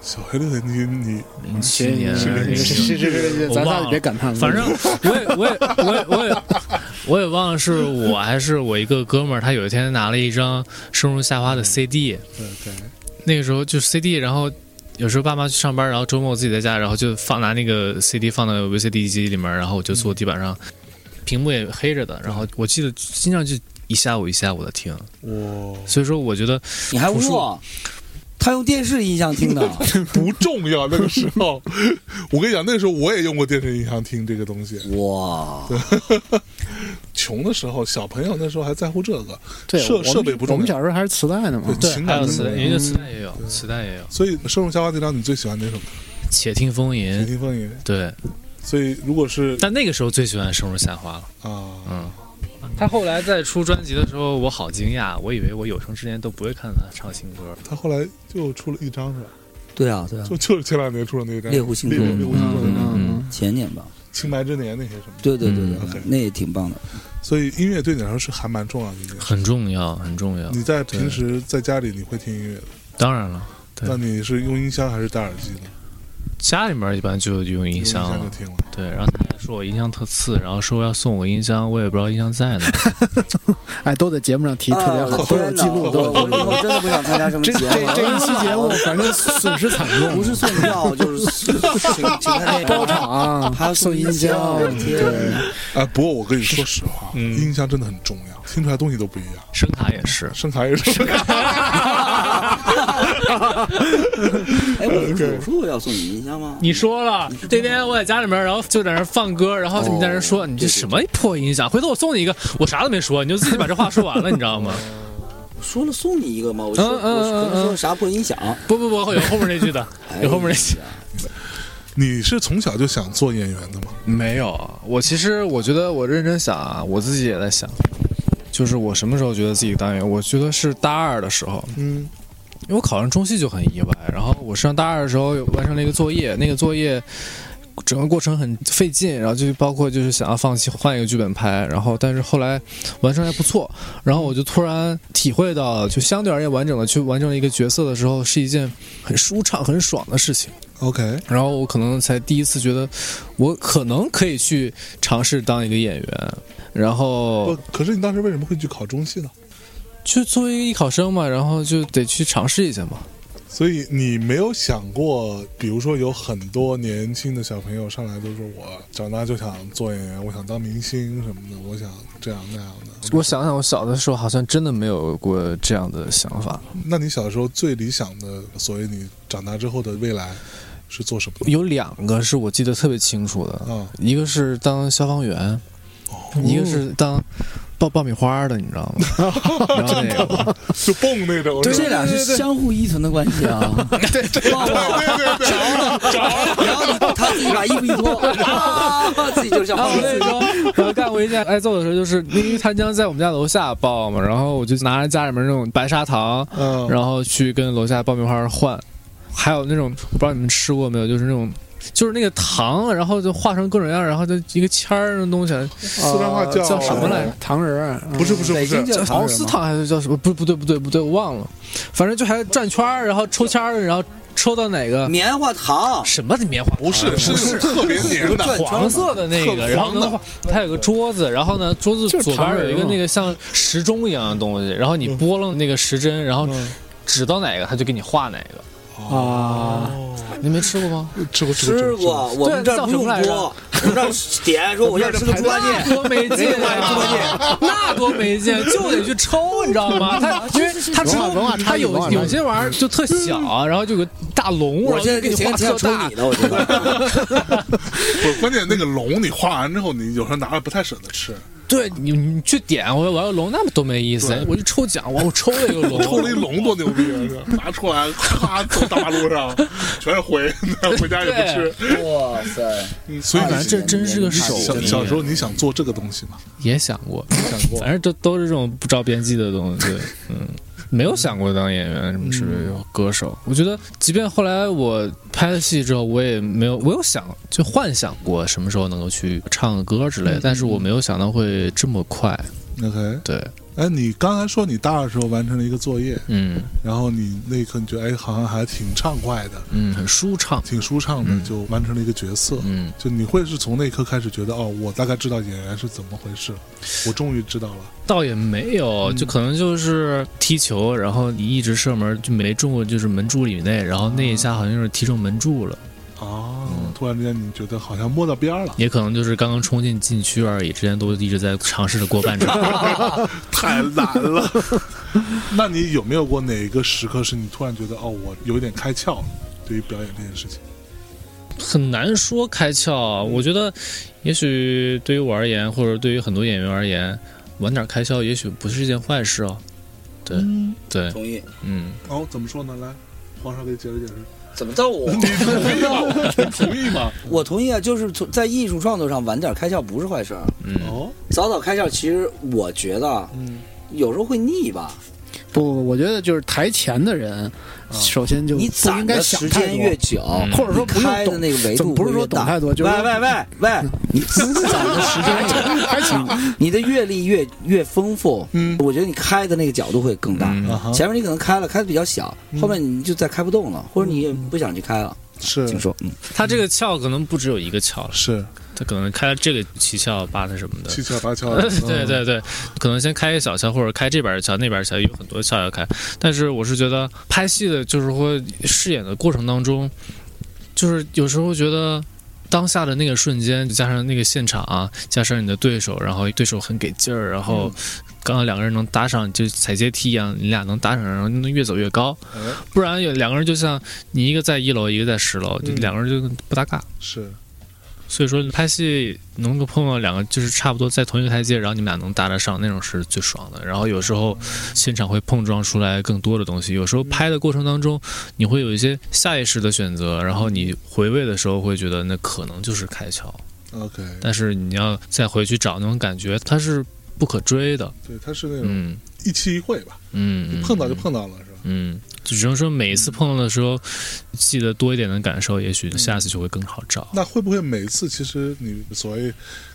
Speaker 1: 小学六年级，你
Speaker 5: 嗯
Speaker 4: 零七年，
Speaker 5: 是
Speaker 4: 零
Speaker 5: 是
Speaker 4: 七
Speaker 5: 是是是，
Speaker 4: 我
Speaker 5: 咱
Speaker 4: 忘
Speaker 5: 仨
Speaker 4: 了
Speaker 5: 就别感叹了，
Speaker 4: 反正我也我也我也我也我也忘了是我还是我一个哥们儿，他有一天拿了一张《生如夏花》的 CD，
Speaker 1: 对对，
Speaker 4: 那个时候就是 CD，然后有时候爸妈去上班，然后周末我自己在家，然后就放拿那个 CD 放到 VCD 机里面，然后我就坐地板上，屏幕也黑着的，然后我记得经常就一下午一下午的听，
Speaker 1: 我
Speaker 4: 所以说我觉得
Speaker 3: 你还
Speaker 4: 朴树
Speaker 3: 握？他用电视音箱听的，
Speaker 1: 不重要那个时候， 我跟你讲，那个时候我也用过电视音箱听这个东西，
Speaker 3: 哇！
Speaker 1: 穷的时候，小朋友那时候还在乎这个，
Speaker 5: 对
Speaker 1: 设
Speaker 5: 我们
Speaker 1: 设备不重要
Speaker 5: 我们小时候还是磁带呢嘛，
Speaker 1: 嗯对情
Speaker 4: 还
Speaker 1: 感
Speaker 4: 有
Speaker 1: 真
Speaker 4: 磁
Speaker 1: 的
Speaker 4: 带，人家磁带也有，磁带也有《
Speaker 1: 所以《生如夏花》这张你最喜欢哪首歌？
Speaker 4: 且听风
Speaker 1: 《
Speaker 4: 吟》。
Speaker 1: 听风云》。
Speaker 4: 对，
Speaker 1: 所以如果是
Speaker 4: 但那个时候最喜欢《生如夏花》
Speaker 1: 啊，
Speaker 4: 了。嗯，他后来在出专辑的时候，我好惊讶，我以为我有生之年都不会看他唱新歌。
Speaker 1: 他后来就出了一张是吧？
Speaker 3: 对啊，对啊，
Speaker 1: 就就是前两年出的那张《
Speaker 3: 猎户幸
Speaker 1: 猎户
Speaker 3: 福
Speaker 1: 猎户幸福》那张。
Speaker 4: 嗯
Speaker 3: 前年吧，
Speaker 1: 青白之年那些什么的，
Speaker 3: 对对对对
Speaker 1: 嗯，OK
Speaker 3: 对，那也挺棒的。
Speaker 1: 所以音乐对你来说是还蛮重要的一件事。
Speaker 7: 很重要，很重要。
Speaker 1: 你在平时在家里你会听音乐的，
Speaker 7: 当然了，对
Speaker 1: 那你是用音箱还是戴耳机呢？
Speaker 7: 家里面一般就用音箱啊
Speaker 1: 用
Speaker 7: 了
Speaker 1: 就。听了。
Speaker 7: 对，然后他还说我音箱特次，然后说要送我音箱，我也不知道音箱在哪。
Speaker 6: 哎，都在节目上提，特别
Speaker 3: 嗯
Speaker 6: 好，都有记录，都
Speaker 3: 我
Speaker 6: 有
Speaker 3: 啊我以
Speaker 6: 记录。
Speaker 3: 后真的不想参加什么
Speaker 6: 这
Speaker 3: 节
Speaker 6: 这
Speaker 3: 目了。
Speaker 6: 这一期节目，反 正损失惨重，
Speaker 3: 不是送票就是 请请看电影
Speaker 6: 包
Speaker 5: 啊
Speaker 6: 场，
Speaker 3: 还有
Speaker 6: 送音箱，
Speaker 3: 天
Speaker 6: 对，
Speaker 1: 哎，不过我跟你说实话，
Speaker 7: 嗯
Speaker 1: 音箱真的很重要，听出来东西都不一样。
Speaker 7: 声卡也是，
Speaker 1: 声卡也是，
Speaker 3: 哎，我我说我要送你音箱吗？
Speaker 7: 你说了，那天我在家里面，然后就在那儿放歌，然后你在那儿说、你哦这什么破音响，回头我送你一个，我啥都没说，你就自己把这话说完了，你知道吗？
Speaker 3: 我说了送你一个吗？我说
Speaker 7: 嗯嗯
Speaker 3: 我说
Speaker 7: 嗯嗯
Speaker 3: 我说啥破音响？哎
Speaker 7: 不不不，会有后面那句的，有后面那句。
Speaker 1: 你是从小就想做演员的吗？
Speaker 4: 没有，啊我其实我觉得我认真想啊，我自己也在想，就是我什么时候觉得自己当演员？我觉得是大二的时候，
Speaker 1: 嗯，
Speaker 4: 因为我考上中戏就很意外，然后我上大二的时候完成了一个作业，那个作业整个过程很费劲，然后就包括就是想要放弃换一个剧本拍，然后但是后来完成还不错，然后我就突然体会到，就相对而言完整的去完成了一个角色的时候，是一件很舒畅、很爽的事情。
Speaker 1: OK，
Speaker 4: 然后我可能才第一次觉得，我可能可以去尝试当一个演员。然后
Speaker 7: 哦
Speaker 1: 不，可是你当时为什么会去考中戏呢？
Speaker 4: 就作为一个艺考生嘛，然后就得去尝试一下嘛。
Speaker 1: 所以你没有想过，比如说有很多年轻的小朋友上来都说我长大就想做演员，我想当明星什么的，我想这样那样的。
Speaker 4: 我想想，我小的时候好像真的没有过这样的想法。
Speaker 1: 那你小时候最理想的，所谓你长大之后的未来是做什么的？
Speaker 4: 有两个是我记得特别清楚的，
Speaker 1: 啊、
Speaker 4: 一个是当消防员，一个是当爆爆米花的，你知道 吗？然后那个
Speaker 1: 就蹦那种，是吧
Speaker 3: 这俩是相互依存的关系 啊！对对 对对，着了着了，然后你他自己把衣服一脱， 啊，自己就是消
Speaker 4: 然后
Speaker 3: 防
Speaker 4: 我那
Speaker 3: 员
Speaker 4: 时。候，然后干过一件挨揍的时候，就是因为他将在我们家楼下爆嘛，然后我就拿着家里面那种白砂糖，
Speaker 1: 嗯，
Speaker 4: 然后去跟楼下爆米花换，还有那种我不知道你们吃过没有，就是那种。就是那个糖，然后就画成各种样，然后就一个签儿的东西，
Speaker 1: 四川话叫
Speaker 4: 叫什么来着？
Speaker 6: 糖人儿，
Speaker 1: 不是不
Speaker 5: 啊
Speaker 1: 是不
Speaker 3: 北
Speaker 1: 是
Speaker 3: 京，就
Speaker 4: 叫
Speaker 3: 有
Speaker 4: 敖斯糖还是叫什么？不，不对，不对，不对，我忘了。反正就还转圈儿，然后抽签儿，然后抽到哪个
Speaker 3: 棉花糖，
Speaker 4: 什么棉花？
Speaker 1: 不是是是特别黏的，
Speaker 4: 黄色的那个，然后呢，它有个桌子，然后呢，桌子
Speaker 6: 就是
Speaker 4: 左边
Speaker 6: 糖人
Speaker 4: 有一个
Speaker 6: 嘛
Speaker 4: 那个像时钟一样的东西，然后你拨弄那个时针，然后
Speaker 1: 嗯
Speaker 4: 指到哪个，它就给你画哪个。
Speaker 6: 啊，
Speaker 4: 你没吃过吗？
Speaker 1: 吃过
Speaker 3: 吃过，我们这儿不用播，我们这儿点说我要吃个猪八戒，
Speaker 4: 多没劲啊！那多没劲，就得去抽，你知道吗？它因为它只
Speaker 6: 文化
Speaker 4: 有
Speaker 6: 差异
Speaker 4: 它
Speaker 6: 文
Speaker 4: 有
Speaker 6: 化差异
Speaker 4: 有些玩意儿就特小，然后就有个大龙，然
Speaker 3: 我
Speaker 4: 后就
Speaker 3: 现在
Speaker 4: 给
Speaker 3: 就
Speaker 4: 你
Speaker 3: 挺
Speaker 4: 画
Speaker 3: 挺想
Speaker 4: 特
Speaker 3: 抽
Speaker 4: 大
Speaker 3: 你。的，我觉得。
Speaker 1: 不是关键那个龙，你画完之后，你有时候拿着不太舍得吃，
Speaker 4: 对你，你去点我我要龙，那么多没意思
Speaker 1: 对。
Speaker 4: 我就抽奖，我我抽了一个龙，
Speaker 1: 抽了一龙多牛逼啊！拿出来，咔走大马路上，全是灰， 回家也不吃。
Speaker 3: 哇塞！
Speaker 1: 所以
Speaker 4: 反正
Speaker 1: 你
Speaker 4: 这真是个手
Speaker 1: 小
Speaker 4: 艺。
Speaker 1: 小时候你想做这个东西吗？
Speaker 4: 也想过，
Speaker 1: 想过
Speaker 4: 反正都都是这种不着边际的东西。对，嗯，没有想过当演员什么之类的歌手。我觉得，即便后来我拍了戏之后，我也没有，我有想就幻想过什么时候能够去唱歌之类的，但是我没有想到会这么快。
Speaker 1: ？OK，
Speaker 4: 对，
Speaker 1: 哎，你刚才说你大二时候完成了一个作业，
Speaker 4: 嗯
Speaker 1: 然后你那一刻你觉得哎，好像还挺畅快的，
Speaker 4: 嗯，很舒畅。
Speaker 1: 挺舒畅的，
Speaker 4: 嗯
Speaker 1: 就完成了一个角色。
Speaker 4: 嗯，
Speaker 1: 就你会是从那一刻开始觉得哦，我大概知道演员是怎么回事了，我终于知道了。
Speaker 4: 倒也没有，
Speaker 1: 嗯
Speaker 4: 就可能就是踢球，然后你一直射门就没中过，就是门柱以内，然后那一下好像就是踢中门柱了，
Speaker 1: 哦，突然之间你觉得好像摸到边儿了，
Speaker 4: 也可能就是刚刚冲进禁区而已。之前都一直在尝试着过半场。
Speaker 1: 太难了。那你有没有过哪一个时刻是你突然觉得哦，我有点开窍了？对于表演这件事情，
Speaker 4: 很难说开窍。我觉得，也许对于我而言，或者对于很多演员而言，晚点开窍也许不是一件坏事哦。对，对，
Speaker 3: 同意。
Speaker 4: 嗯，
Speaker 1: 哦，怎么说呢？来，黄少给解释解释。
Speaker 3: 怎么到 我？
Speaker 1: 同意吗？
Speaker 3: 我同意啊，就是从在艺术创作上晚点开窍不是坏事儿，
Speaker 1: 哦，
Speaker 3: 早早开窍其实我觉得啊
Speaker 1: 嗯，
Speaker 3: 有时候会腻吧。
Speaker 5: 不，我觉得就是台前的人，首先就
Speaker 3: 你
Speaker 5: 不
Speaker 3: 攒
Speaker 5: 应该
Speaker 3: 的
Speaker 5: 想
Speaker 3: 时
Speaker 5: 太
Speaker 3: 间
Speaker 5: 多
Speaker 3: 越久，
Speaker 4: 嗯
Speaker 5: 或者说不用
Speaker 3: 开的
Speaker 5: 懂
Speaker 3: 那个维
Speaker 5: 怎
Speaker 3: 度
Speaker 5: 么不是说
Speaker 3: 越大
Speaker 5: 懂太多，就是
Speaker 3: 喂喂 喂喂，你攒的时间越还你的阅历越越丰富，
Speaker 5: 嗯
Speaker 3: 我觉得你开的那个角度会更大。
Speaker 4: 嗯
Speaker 5: 啊哈
Speaker 3: 前面你可能开了，开的比较小，
Speaker 5: 嗯
Speaker 3: 后面你就再开不动了，或者你也不想去开了。
Speaker 1: 是
Speaker 3: 请说，嗯，
Speaker 4: 它这个窍可能不只有一个窍了，
Speaker 1: 是
Speaker 4: 它可能开了这个七窍八的什么的。
Speaker 1: 七窍八窍的，
Speaker 4: 对对对，可能先开一个小窍，或者开这边的窍，那边的窍，有很多窍要开。但是我是觉得拍戏的，就是说饰演的过程当中，就是有时候觉得当下的那个瞬间，加上那个现场、啊，加上你的对手，然后对手很给劲儿，然后刚刚两个人能搭上，就踩阶梯一样，你俩能搭上，然后能越走越高。
Speaker 1: 嗯
Speaker 4: 不然有两个人就像你一个在一楼，一个在十楼，就
Speaker 1: 嗯
Speaker 4: 两个人就不搭嘎。
Speaker 1: 是
Speaker 4: 所以说拍戏能够碰到两个就是差不多在同一个台阶，然后你们俩能搭得上，那种是最爽的。然后有时候现场会碰撞出来更多的东西，有时候拍的过程当中你会有一些下意识的选择，然后你回味的时候会觉得那可能就是开窍，
Speaker 1: OK，
Speaker 4: 但是你要再回去找那种感觉，它是不可追的。
Speaker 1: 对，它是那种
Speaker 4: 嗯
Speaker 1: 一期一会吧，
Speaker 4: 嗯，嗯
Speaker 1: 碰到就。碰到了，是吧？
Speaker 4: 嗯，就只能说每一次碰到的时候，记得多一点的感受，也许下次就会更好找。
Speaker 1: 那会不会每次其实你所谓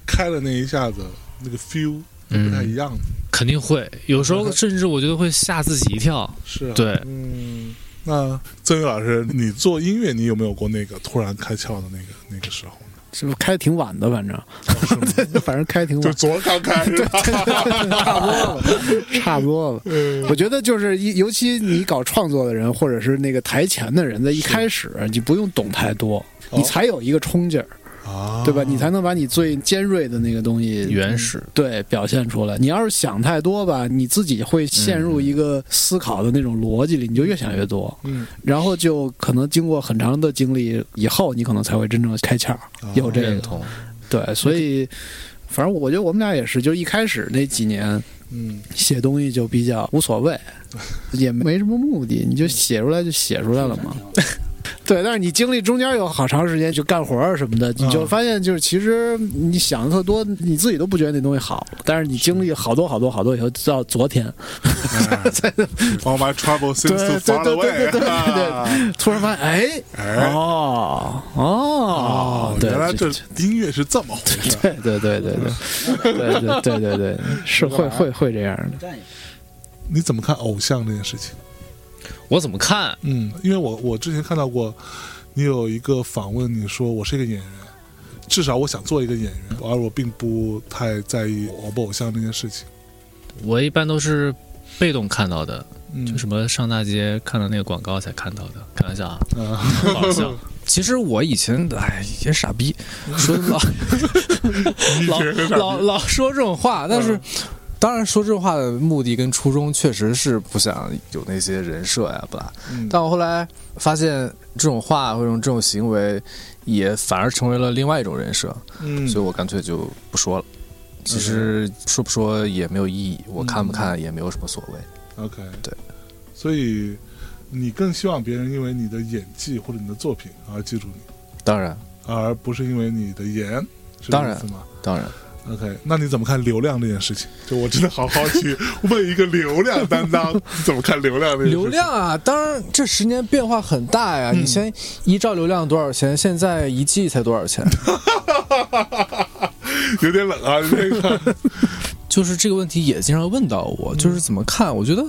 Speaker 1: 开了那一下子，那个 feel
Speaker 4: 嗯
Speaker 1: 不太一样？
Speaker 4: 肯定会，有时候甚至我觉得会吓自己一跳。
Speaker 1: 是啊，
Speaker 4: 对
Speaker 1: 嗯。那曾宇老师，你做音乐，你有没有过那个突然开窍的那个那个时候呢？
Speaker 5: 是不是开挺晚的，反正， 反正开挺
Speaker 1: 就
Speaker 5: 晚，
Speaker 1: 昨儿刚开，是吧？
Speaker 5: 差不多了，差不多了。我觉得就是一，尤其你搞创作的人，或者是那个台前的人，在一开始你不用懂太多，你才有一个冲劲儿，
Speaker 1: 啊，
Speaker 5: 对吧？你才能把你最尖锐的那个东西
Speaker 4: 原始，
Speaker 5: 对表现出来。你要是想太多吧，你自己会陷入一个思考的那种逻辑里，你就越想越多，
Speaker 1: 嗯，
Speaker 5: 然后就可能经过很长的经历以后，你可能才会真正开窍，有这个。
Speaker 4: 同，
Speaker 5: 对，所以反正我觉得我们俩也是，就一开始那几年
Speaker 1: 嗯，
Speaker 5: 写东西就比较无所 谓，也没什么目的，你就写出来就写出来了嘛。 对，但是你经历中间有好长时间去干活啊什么的，你就发现就是其实你想的特多，你自己都不觉得那东西好，但是你经历好多好多好多以后，到昨天
Speaker 1: 哎 All my trouble seems
Speaker 5: 对
Speaker 1: to far
Speaker 5: 对对
Speaker 1: away，
Speaker 5: 对对对
Speaker 1: 啊
Speaker 5: 突然发现，哎，
Speaker 1: 哎
Speaker 5: 哦哦
Speaker 1: 哦，，
Speaker 5: 对
Speaker 1: 原来
Speaker 5: 对
Speaker 1: 这音乐是这么回事。
Speaker 5: 对对对对对对对对对对， 是会会会这样的。
Speaker 1: 你怎么看偶像这件事情？
Speaker 4: 我怎么看？
Speaker 1: 嗯，因为我我之前看到过，你有一个访问，你说我是一个演员，至少我想做一个演员，而我并不太在意偶不偶像这件事情。
Speaker 4: 我一般都是被动看到的，
Speaker 1: 嗯，
Speaker 4: 就什么上大街看到那个广告才看到的，开玩笑啊，
Speaker 1: 啊，
Speaker 4: 开玩笑。
Speaker 6: 其实我以前哎也傻逼，说老老老老说这种话，但
Speaker 1: 嗯
Speaker 6: 是。当然，说这话的目的跟初衷确实是不想有那些人设呀，不啦。
Speaker 1: 嗯
Speaker 6: 但我后来发现，这种话或者这种行为，也反而成为了另外一种人设，
Speaker 1: 嗯
Speaker 6: 所以我干脆就不说了。其实说不说也没有意义，我看
Speaker 1: 嗯
Speaker 6: 不看也没有什么所谓。
Speaker 1: OK
Speaker 6: 对，
Speaker 1: 所以你更希望别人因为你的演技或者你的作品而记住你，
Speaker 6: 当然，
Speaker 1: 而不是因为你的颜，是这
Speaker 6: 当
Speaker 1: 个意
Speaker 6: 然
Speaker 1: 思吗？
Speaker 6: 当然，
Speaker 1: OK，那你怎么看流量这件事情？就我真的好好奇，问一个流量担当，你怎么看流量这件事情？
Speaker 6: 流量啊，当然这十年变化很大呀。
Speaker 1: 嗯
Speaker 6: 你先一兆流量多少钱？现在一 G 才多少钱？
Speaker 1: 有点冷啊，这 个
Speaker 6: 就是这个问题也经常问到
Speaker 1: 嗯
Speaker 6: 我，就是怎么看？我觉得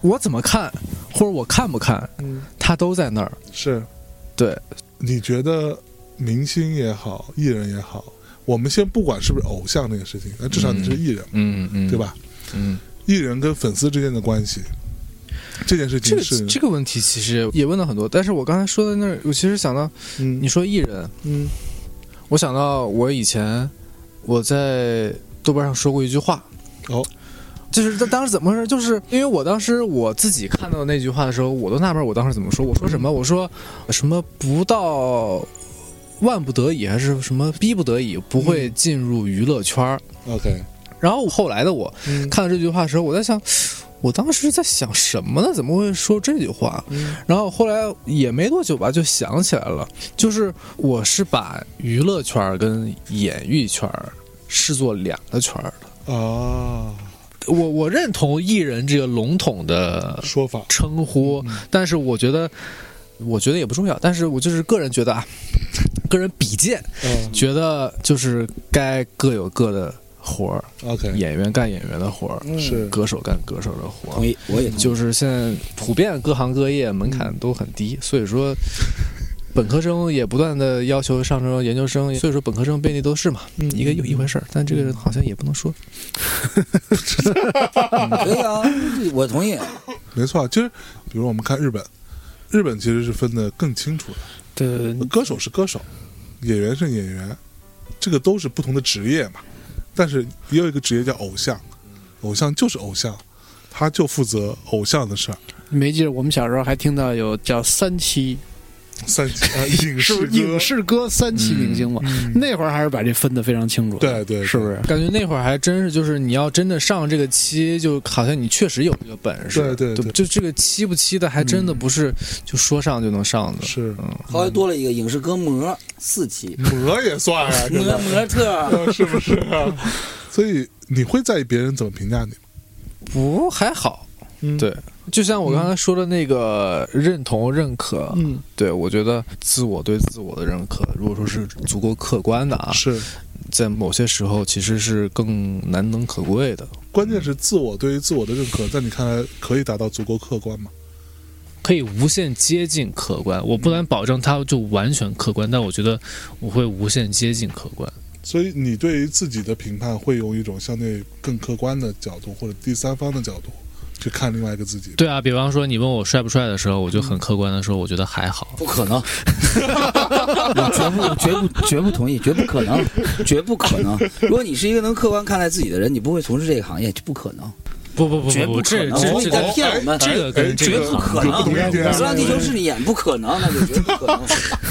Speaker 6: 我怎么看，或者我看不看，
Speaker 1: 嗯
Speaker 6: 它都在那儿。
Speaker 1: 是
Speaker 6: 对，
Speaker 1: 你觉得明星也好，艺人也好，我们先不管是不是偶像这个事情，那至少你是艺人，
Speaker 6: 嗯嗯
Speaker 1: 对？吧？
Speaker 6: 嗯，
Speaker 1: 艺人跟粉丝之间的关系，这件事
Speaker 6: 这
Speaker 1: 情
Speaker 6: 个
Speaker 1: 是、
Speaker 6: 这个问题其实也问了很多，但是我刚才说的那儿，我其实想到
Speaker 1: 嗯
Speaker 6: 你说艺人，
Speaker 1: 嗯
Speaker 6: 我想到我以前我在豆瓣上说过一句话，
Speaker 1: 哦
Speaker 6: 就是当当时怎么回事？就是因为我当时我自己看到那句话的时候，我都纳闷我当时怎么说。我说什么？
Speaker 1: 嗯
Speaker 6: 我说什么不到万不得已还是什么逼不得已不会
Speaker 1: 嗯
Speaker 6: 进入娱乐圈儿。
Speaker 1: OK，
Speaker 6: 然后后来的我
Speaker 1: 嗯
Speaker 6: 看到这句话的时候，我在想，我当时在想什么呢？怎么会说这句话？
Speaker 1: 嗯
Speaker 6: 然后后来也没多久吧，就想起来了，就是我是把娱乐圈儿跟演艺圈儿视作两个圈儿的。
Speaker 1: 啊，
Speaker 6: 我我认同艺人这个笼统的
Speaker 1: 说法，
Speaker 6: 称呼，
Speaker 1: 嗯
Speaker 6: 但是我觉得，我觉得也不重要。但是我就是个人觉得啊， 个人比见，
Speaker 1: 嗯
Speaker 6: 觉得就是该各有各的活儿，
Speaker 1: ，OK，
Speaker 6: 演员干演员的活儿，
Speaker 1: 是
Speaker 6: 歌手干歌手的活儿
Speaker 3: 嗯同。意，我也 同意
Speaker 6: 就是现在普遍各行各业门槛都很低，所以说。本科生也不断的要求上升研究生，所以说本科生遍地都是嘛，
Speaker 1: 嗯
Speaker 6: 一个又一回事儿。但这个好像也不能说，
Speaker 3: 可以啊，我同意。
Speaker 1: 没错。其实，比如我们看日本，日本其实是分得更清楚的，
Speaker 6: 对对对，
Speaker 1: 歌手是歌手，演员是演员，这个都是不同的职业嘛。但是也有一个职业叫偶像，偶像就是偶像，他就负责偶像的事儿。
Speaker 5: 没记得我们小时候还听到有叫三期，
Speaker 1: 三级 啊，影
Speaker 5: 是
Speaker 1: 视
Speaker 5: 不
Speaker 1: 歌
Speaker 5: 是影视歌嗯三期明星嘛？那会儿还是把这分得非常清楚的，
Speaker 1: 对对对
Speaker 5: 是不是？
Speaker 6: 感觉那会儿还真是，就是你要真的上这个期，就好像你确实有这个本事。
Speaker 1: 对对对嗯
Speaker 6: 就这个期不期的，还真的不是就说上就能上的。
Speaker 1: 是
Speaker 6: 嗯，
Speaker 3: 后来多了一个影视歌魔四期，
Speaker 1: 魔也算 啊，
Speaker 3: 模
Speaker 1: 真的
Speaker 3: 模特，
Speaker 1: 呃是不是啊？ 所以你会在意别人怎么评价你吗？
Speaker 6: 不还好。
Speaker 1: 嗯
Speaker 6: 对，就像我刚才说的那个认同、认可，
Speaker 1: 嗯，
Speaker 6: 对我觉得自我对自我的认可，如果说是足够客观的啊，
Speaker 1: 是，
Speaker 6: 在某些时候其实是更难能可贵的。
Speaker 1: 关键是自我对于自我的认可，在你看来可以达到足够客观吗？
Speaker 4: 可以无限接近客观。我不敢保证它就完全客观，但我觉得我会无限接近客观。
Speaker 1: 所以你对于自己的评判会用一种相对更客观的角度或者第三方的角度去看另外一个自己。
Speaker 4: 对啊，比方说你问我帅不帅的时候，我就很客观的说，我觉得还好。
Speaker 3: 不可能，我绝不绝不绝不同意，绝不可能，绝不可能。如果你是一个能客观看待自己的人，你不会从事这个行业，这不可能。
Speaker 4: 不不不
Speaker 3: 绝
Speaker 4: 不不，
Speaker 3: 不可
Speaker 4: 这
Speaker 3: 能！
Speaker 4: 这
Speaker 3: 你在
Speaker 4: 这
Speaker 3: 骗我们，
Speaker 4: 这个跟这
Speaker 3: 绝
Speaker 4: 个
Speaker 3: 不可能！
Speaker 1: 有不同意见啊
Speaker 3: 流浪地球是你演，不可能，那就绝不可能。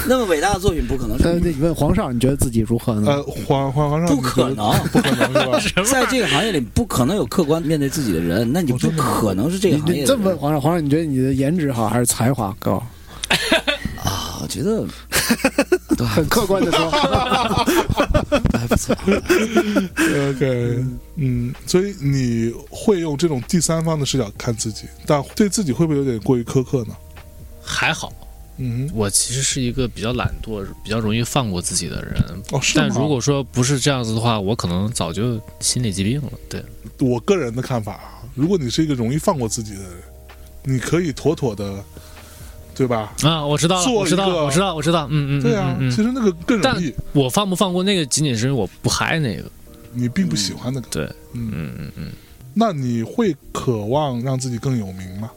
Speaker 3: 那么伟大的作品不可能
Speaker 5: 呃那
Speaker 3: 是，
Speaker 5: 那你问皇上，你觉得自己如何呢？
Speaker 1: 呃，黄黄皇上，
Speaker 3: 不可能，
Speaker 1: 不可能是吧？
Speaker 3: 在这个行业里不可能有客观面对自己的人，那你不可能是这个
Speaker 5: 你
Speaker 3: 行业的
Speaker 5: 你这么问
Speaker 3: 人。
Speaker 5: 皇上，皇上，你觉得你的颜值好还是才华高？
Speaker 3: 啊我觉得
Speaker 5: 很客观的说，
Speaker 3: 还不错。
Speaker 1: OK，嗯，所以你会用这种第三方的视角看自己，但对自己会不会有点过于苛刻呢？
Speaker 4: 还好。
Speaker 1: 嗯
Speaker 4: 我其实是一个比较懒惰、比较容易放过自己的人，
Speaker 1: 哼，哦，是吗
Speaker 4: 但如果说不是这样子的话，我可能早就心理疾病了。对，
Speaker 1: 我个人的看法啊，如果你是一个容易放过自己的人，你可以妥妥的，对吧？
Speaker 4: 啊，我知道了，
Speaker 1: 做
Speaker 4: 我知道
Speaker 1: 一个
Speaker 4: 了，我知道，我知道，嗯嗯，
Speaker 1: 对啊，
Speaker 4: 嗯
Speaker 1: 其
Speaker 4: 嗯嗯
Speaker 1: 实那个更容易，
Speaker 4: 我放不放过那个，仅仅是因为我不嗨那个，
Speaker 1: 你并不喜欢那个。
Speaker 4: 对，
Speaker 1: 嗯
Speaker 4: 嗯嗯嗯。
Speaker 1: 那你会渴望让自己更有名吗？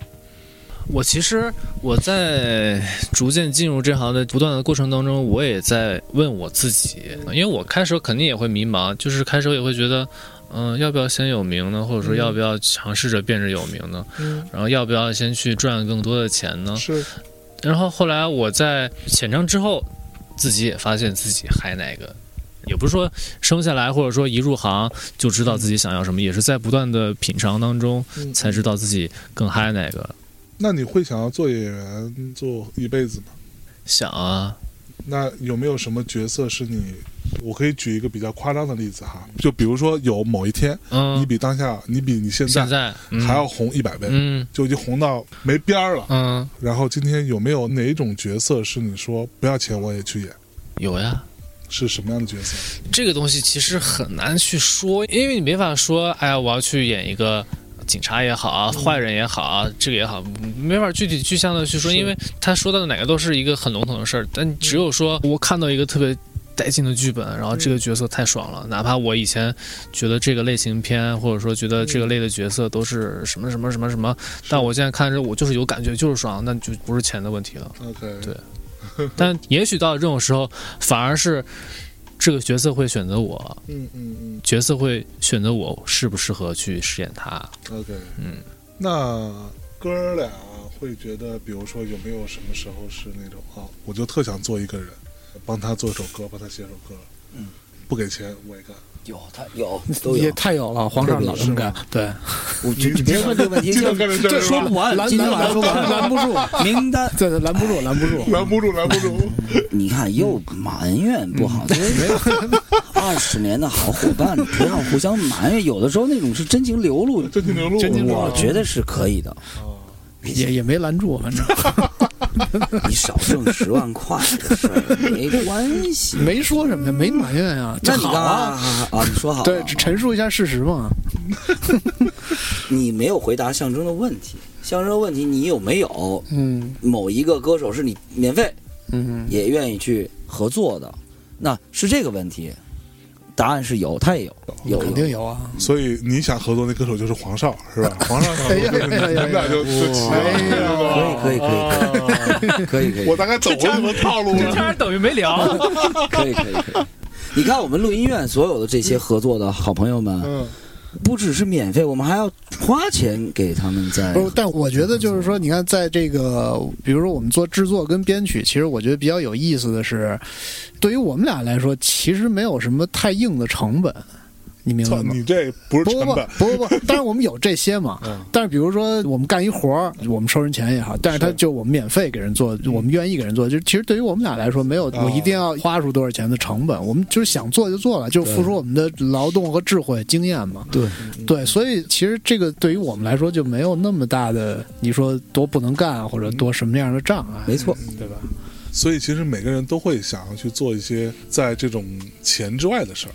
Speaker 4: 我其实我在逐渐进入这行的不断的过程当中，我也在问我自己，因为我开始肯定也会迷茫，就是开始我也会觉得，嗯、要不要先有名呢？或者说要不要尝试着变着有名呢？
Speaker 1: 嗯，
Speaker 4: 然后要不要先去赚更多的钱呢？
Speaker 1: 是
Speaker 4: 然后后来我在浅尝之后，自己也发现自己还哪个，也不是说生下来或者说一入行就知道自己想要什么，也是在不断的品尝当中
Speaker 1: 嗯
Speaker 4: 才知道自己更嗨哪个。
Speaker 1: 那你会想要做演员做一辈子吗？
Speaker 4: 想啊，
Speaker 1: 那有没有什么角色是你？我可以举一个比较夸张的例子哈，就比如说有某一天，
Speaker 4: 嗯，
Speaker 1: 你比当下，你比你现在
Speaker 4: 现在
Speaker 1: 还要红一百倍，
Speaker 4: 嗯
Speaker 1: 就已经红到没边儿了。
Speaker 4: 嗯
Speaker 1: 然后今天有没有哪一种角色是你说不要钱我也去演？
Speaker 4: 有呀。
Speaker 1: 是什么样的角色？
Speaker 4: 这个东西其实很难去说，因为你没法说，哎呀，我要去演一个警察也好啊，坏人也好啊，这个也好，没法具体具象的去说，
Speaker 1: 是
Speaker 4: 因为他说到的哪个都是一个很笼统的事儿。但只有说我看到一个特别带劲的剧本，然后这个角色太爽了，哪怕我以前觉得这个类型片或者说觉得这个类的角色都是什么什么什么什么，但我现在看着我就是有感觉，就是爽，那就不是钱的问题了。
Speaker 1: OK，
Speaker 4: 对但也许到了这种时候，反而是这个角色会选择我，
Speaker 1: 嗯嗯
Speaker 4: 角色会选择我适不适合去饰演他。
Speaker 1: 嗯，OK，
Speaker 4: 嗯，
Speaker 1: 那哥俩会觉得，比如说有没有什么时候是那种啊，我就特想做一个人，帮他做首歌，帮他写首歌，嗯，不给钱我也干。
Speaker 3: 有他有 都
Speaker 5: 也
Speaker 3: 有，
Speaker 5: 太有了，皇上老这么干，对，
Speaker 3: 我就就别问这个问题，
Speaker 1: 经
Speaker 3: 这
Speaker 1: 常干这事儿
Speaker 3: 这说不完，
Speaker 5: 拦
Speaker 3: 今天晚上说不
Speaker 5: 拦
Speaker 3: 完，
Speaker 5: 拦不住，
Speaker 3: 名单。
Speaker 5: 对对，拦不住，拦不 住。
Speaker 1: 拦不住，拦不住。
Speaker 3: 你看又埋怨不好，二十年的好伙伴，不要互相埋怨，有的时候那种是真情流露，
Speaker 1: 真情流露，
Speaker 4: 真情流露
Speaker 3: 我觉得是可以的。
Speaker 5: 也也没拦住，反正
Speaker 3: 你少挣十万块的事儿没关系。
Speaker 5: 没说什么呀，没埋怨啊，
Speaker 3: 那
Speaker 5: 这
Speaker 3: 你
Speaker 5: 好
Speaker 3: 刚
Speaker 5: 啊，
Speaker 3: 啊啊，你说好啊，
Speaker 5: 对，只陈述一下事实嘛。
Speaker 3: 你没有回答象征的问题。象征的问题，你有没有
Speaker 5: 嗯
Speaker 3: 某一个歌手是你免费
Speaker 5: 嗯，
Speaker 3: 也愿意去合作的？那是这个问题，答案是有，他也有，有
Speaker 5: 肯定有啊。
Speaker 1: 所以你想合作那歌手就是黄少，是 吧？黄少想合 作，就是你
Speaker 5: 哎呀哎呀哎呀
Speaker 1: 们俩就就齐
Speaker 3: 哎
Speaker 1: 了。
Speaker 3: 可以可以可以可以可以可以
Speaker 1: 我大概懂了你们套路
Speaker 4: 这
Speaker 1: 了。
Speaker 4: 天等于没聊。
Speaker 3: 可以可以可以。你看，我们录音院所有的这些合作的好朋友们，
Speaker 1: 嗯，
Speaker 3: 不只是免费，我们还要花钱给他们在
Speaker 5: 不是，但我觉得就是说，你看，在这个，比如说我们做制作跟编曲，其实我觉得比较有意思的是，对于我们俩来说，其实没有什么太硬的成本，你明白
Speaker 1: 操，
Speaker 5: 吗？
Speaker 1: 你这 不是
Speaker 5: 不
Speaker 1: 成
Speaker 5: 不不
Speaker 1: 本，
Speaker 5: 不不不，当然我们有这些嘛。但是比如说我们干一活儿，我们收人钱也好，但是他
Speaker 1: 是
Speaker 5: 就我们免费给人做，我们愿意给人做，就其实对于我们俩来说，没有我一定要花出多少钱的成本，我们就是想做就做了，就是付出我们的劳动和智慧经验嘛。
Speaker 3: 对
Speaker 5: 对，所以其实这个对于我们来说就没有那么大的，你说多不能干或者多什么样的障碍，
Speaker 3: 没错，
Speaker 5: 对吧？
Speaker 1: 所以其实每个人都会想要去做一些在这种钱之外的事儿。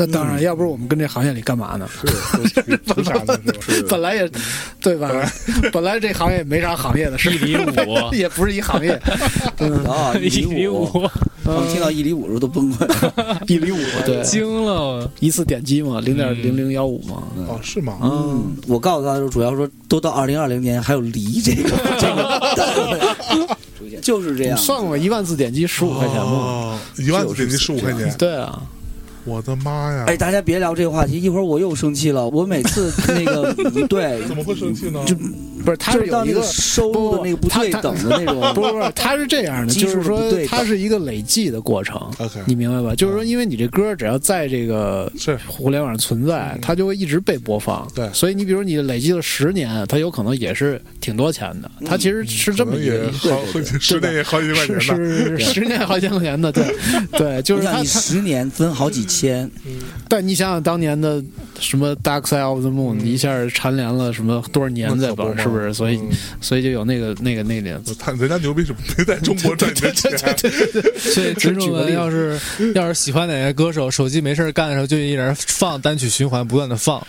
Speaker 5: 那当然，要不然我们跟这行业里干嘛呢？
Speaker 1: 是，图啥呢？是吧？
Speaker 5: 本来也，对吧？本来这行业也没啥行业的事儿，
Speaker 4: 一厘五
Speaker 5: 也不是一行业，
Speaker 3: 啊，
Speaker 4: 一
Speaker 3: 厘
Speaker 4: 厘
Speaker 3: 五，
Speaker 4: 五，
Speaker 3: 我们听到一厘五的时候都崩溃了。
Speaker 5: 一厘五，对，
Speaker 4: 惊了！
Speaker 5: 一次点击嘛，零点
Speaker 1: 嗯
Speaker 5: 零零幺五嘛，
Speaker 1: 哦，是吗？
Speaker 3: 嗯，我告诉他说，主要说都到二零二零年还有梨这 个这个单位，就是这样。
Speaker 5: 算过一万次点击十五块钱嘛？
Speaker 1: 哦，一万点击十五块钱，
Speaker 5: 对啊，
Speaker 1: 我的妈呀！
Speaker 3: 哎，大家别聊这个话题，一会儿我又生气了。我每次那个嗯对，
Speaker 1: 怎么会生气呢？
Speaker 3: 就
Speaker 5: 不是， 他
Speaker 3: 就是是到
Speaker 5: 有一
Speaker 3: 那个
Speaker 5: 个。
Speaker 3: 收入的那个不
Speaker 5: 不
Speaker 3: 对
Speaker 5: 他
Speaker 3: 等的那种，
Speaker 5: 不是不是，他是这样的，
Speaker 3: 基
Speaker 5: 就
Speaker 3: 数
Speaker 5: 是
Speaker 3: 的不
Speaker 5: 说
Speaker 3: 对，
Speaker 5: 它是一个累计的过程
Speaker 1: OK
Speaker 5: 你明白吧？就是说，因为你这歌只要在这个
Speaker 1: 是
Speaker 5: 互联网上存在，它就会一直被播放。
Speaker 1: 对
Speaker 5: 所以你比如你累积了十年，它有可能也是挺多钱的。它其实是这
Speaker 1: 可
Speaker 5: 么
Speaker 1: 能
Speaker 5: 一个
Speaker 1: 也好，十年也好几万
Speaker 5: 是
Speaker 1: 年呢。
Speaker 5: 是十年好几千块钱的，对对，就
Speaker 3: 我
Speaker 5: 是
Speaker 3: 想
Speaker 5: 他
Speaker 3: 你
Speaker 5: 他。
Speaker 3: 十年分好几千，
Speaker 5: 但你想想当年的什么《Dark Side of the Moon》，一
Speaker 1: 嗯
Speaker 5: 下缠连了什么多少年在
Speaker 1: 那可
Speaker 5: 吧，
Speaker 1: 不嘛
Speaker 5: 是不是？所以所以就有那个那个那点。
Speaker 1: 他人家牛逼是没在中国赚你 的钱，
Speaker 6: 所以听众
Speaker 5: 举个
Speaker 6: 们
Speaker 5: 例子
Speaker 6: 要是要是喜欢哪个歌手，手机没事儿干的时候就一人放单曲循环，不断的放，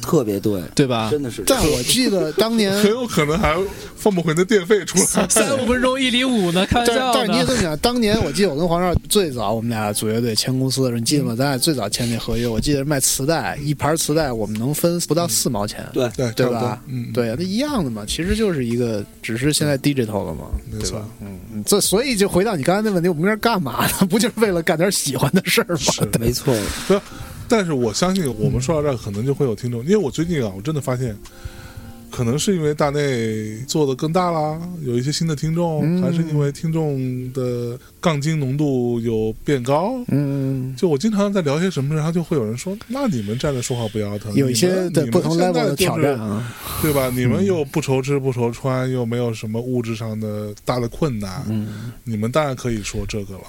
Speaker 3: 特别对，
Speaker 6: 对吧？
Speaker 3: 真的是这
Speaker 5: 但
Speaker 3: 样。
Speaker 5: 我记得 当年
Speaker 1: 很有可能还放不回那电费出来。
Speaker 4: 三五分钟一厘五呢，开玩
Speaker 5: 但但
Speaker 4: 笑
Speaker 5: 是你也
Speaker 4: 呢。
Speaker 5: 这么想，当年我记得我跟黄少最早我们俩组乐队签公司的时候，你记得吗？咱俩最早签那合约，我记得是卖磁带，一盘磁带我们能分不到四毛钱，
Speaker 3: 对，
Speaker 1: 对差
Speaker 5: 对
Speaker 1: 不多
Speaker 5: 吧？
Speaker 1: 嗯，
Speaker 5: 对，那一样的嘛，其实就是一个，只是现在 digital 了嘛，
Speaker 1: 没
Speaker 5: 对吧
Speaker 1: 错？
Speaker 5: 嗯，这所以就回到你刚才那问题，我们这干嘛呢？ 不就是为了干点喜欢的事儿吗？对
Speaker 3: 没错，
Speaker 1: 不，但是我相信我们说到这儿，可能就会有听众，因为我最近啊，我真的发现，可能是因为大内做的更大啦，有一些新的听众，
Speaker 5: 嗯
Speaker 1: 还是因为听众的杠精浓度有变高。
Speaker 5: 嗯，
Speaker 1: 就我经常在聊些什么，然后就会有人说：“那你们站着说话不腰疼，
Speaker 5: 有一
Speaker 1: 你
Speaker 5: 些
Speaker 1: 们
Speaker 5: 对不同 level 的挑，
Speaker 1: 你们现在就
Speaker 5: 战
Speaker 1: 是
Speaker 5: 啊，
Speaker 1: 对吧？你们又不愁吃不愁穿，又没有什么物质上的大的困难，
Speaker 5: 嗯
Speaker 1: 你们当然可以说这个了。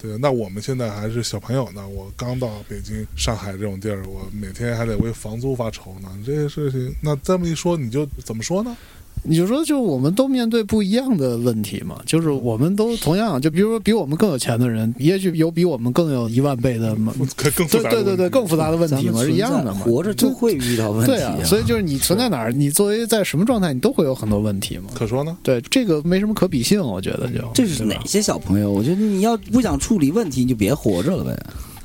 Speaker 1: 对，那我们现在还是小朋友呢，我刚到北京、上海这种地儿，我每天还得为房租发愁呢。这些事情，那这么一说，你就怎么说呢？
Speaker 5: 你就说，就我们都面对不一样的问题嘛，就是我们都同样，就比如说比我们更有钱的人，也许有比我们更有一万倍的嘛，
Speaker 1: 更更复
Speaker 5: 对
Speaker 1: 杂的
Speaker 5: 嗯对对对，
Speaker 1: 问题
Speaker 5: 更复杂的问
Speaker 3: 咱
Speaker 5: 题
Speaker 3: 们
Speaker 5: 嘛，是
Speaker 3: 存
Speaker 5: 一样
Speaker 3: 在
Speaker 5: 的嘛，
Speaker 3: 活着就会遇到问题
Speaker 5: 对啊，所以就是你存在哪儿，你作为在什么状态，你都会有很多问题嘛。
Speaker 1: 可说呢？
Speaker 5: 对，这个没什么可比性，我觉得就
Speaker 3: 这是哪些小朋友？我觉得你要不想处理问题，你就别活着了呗。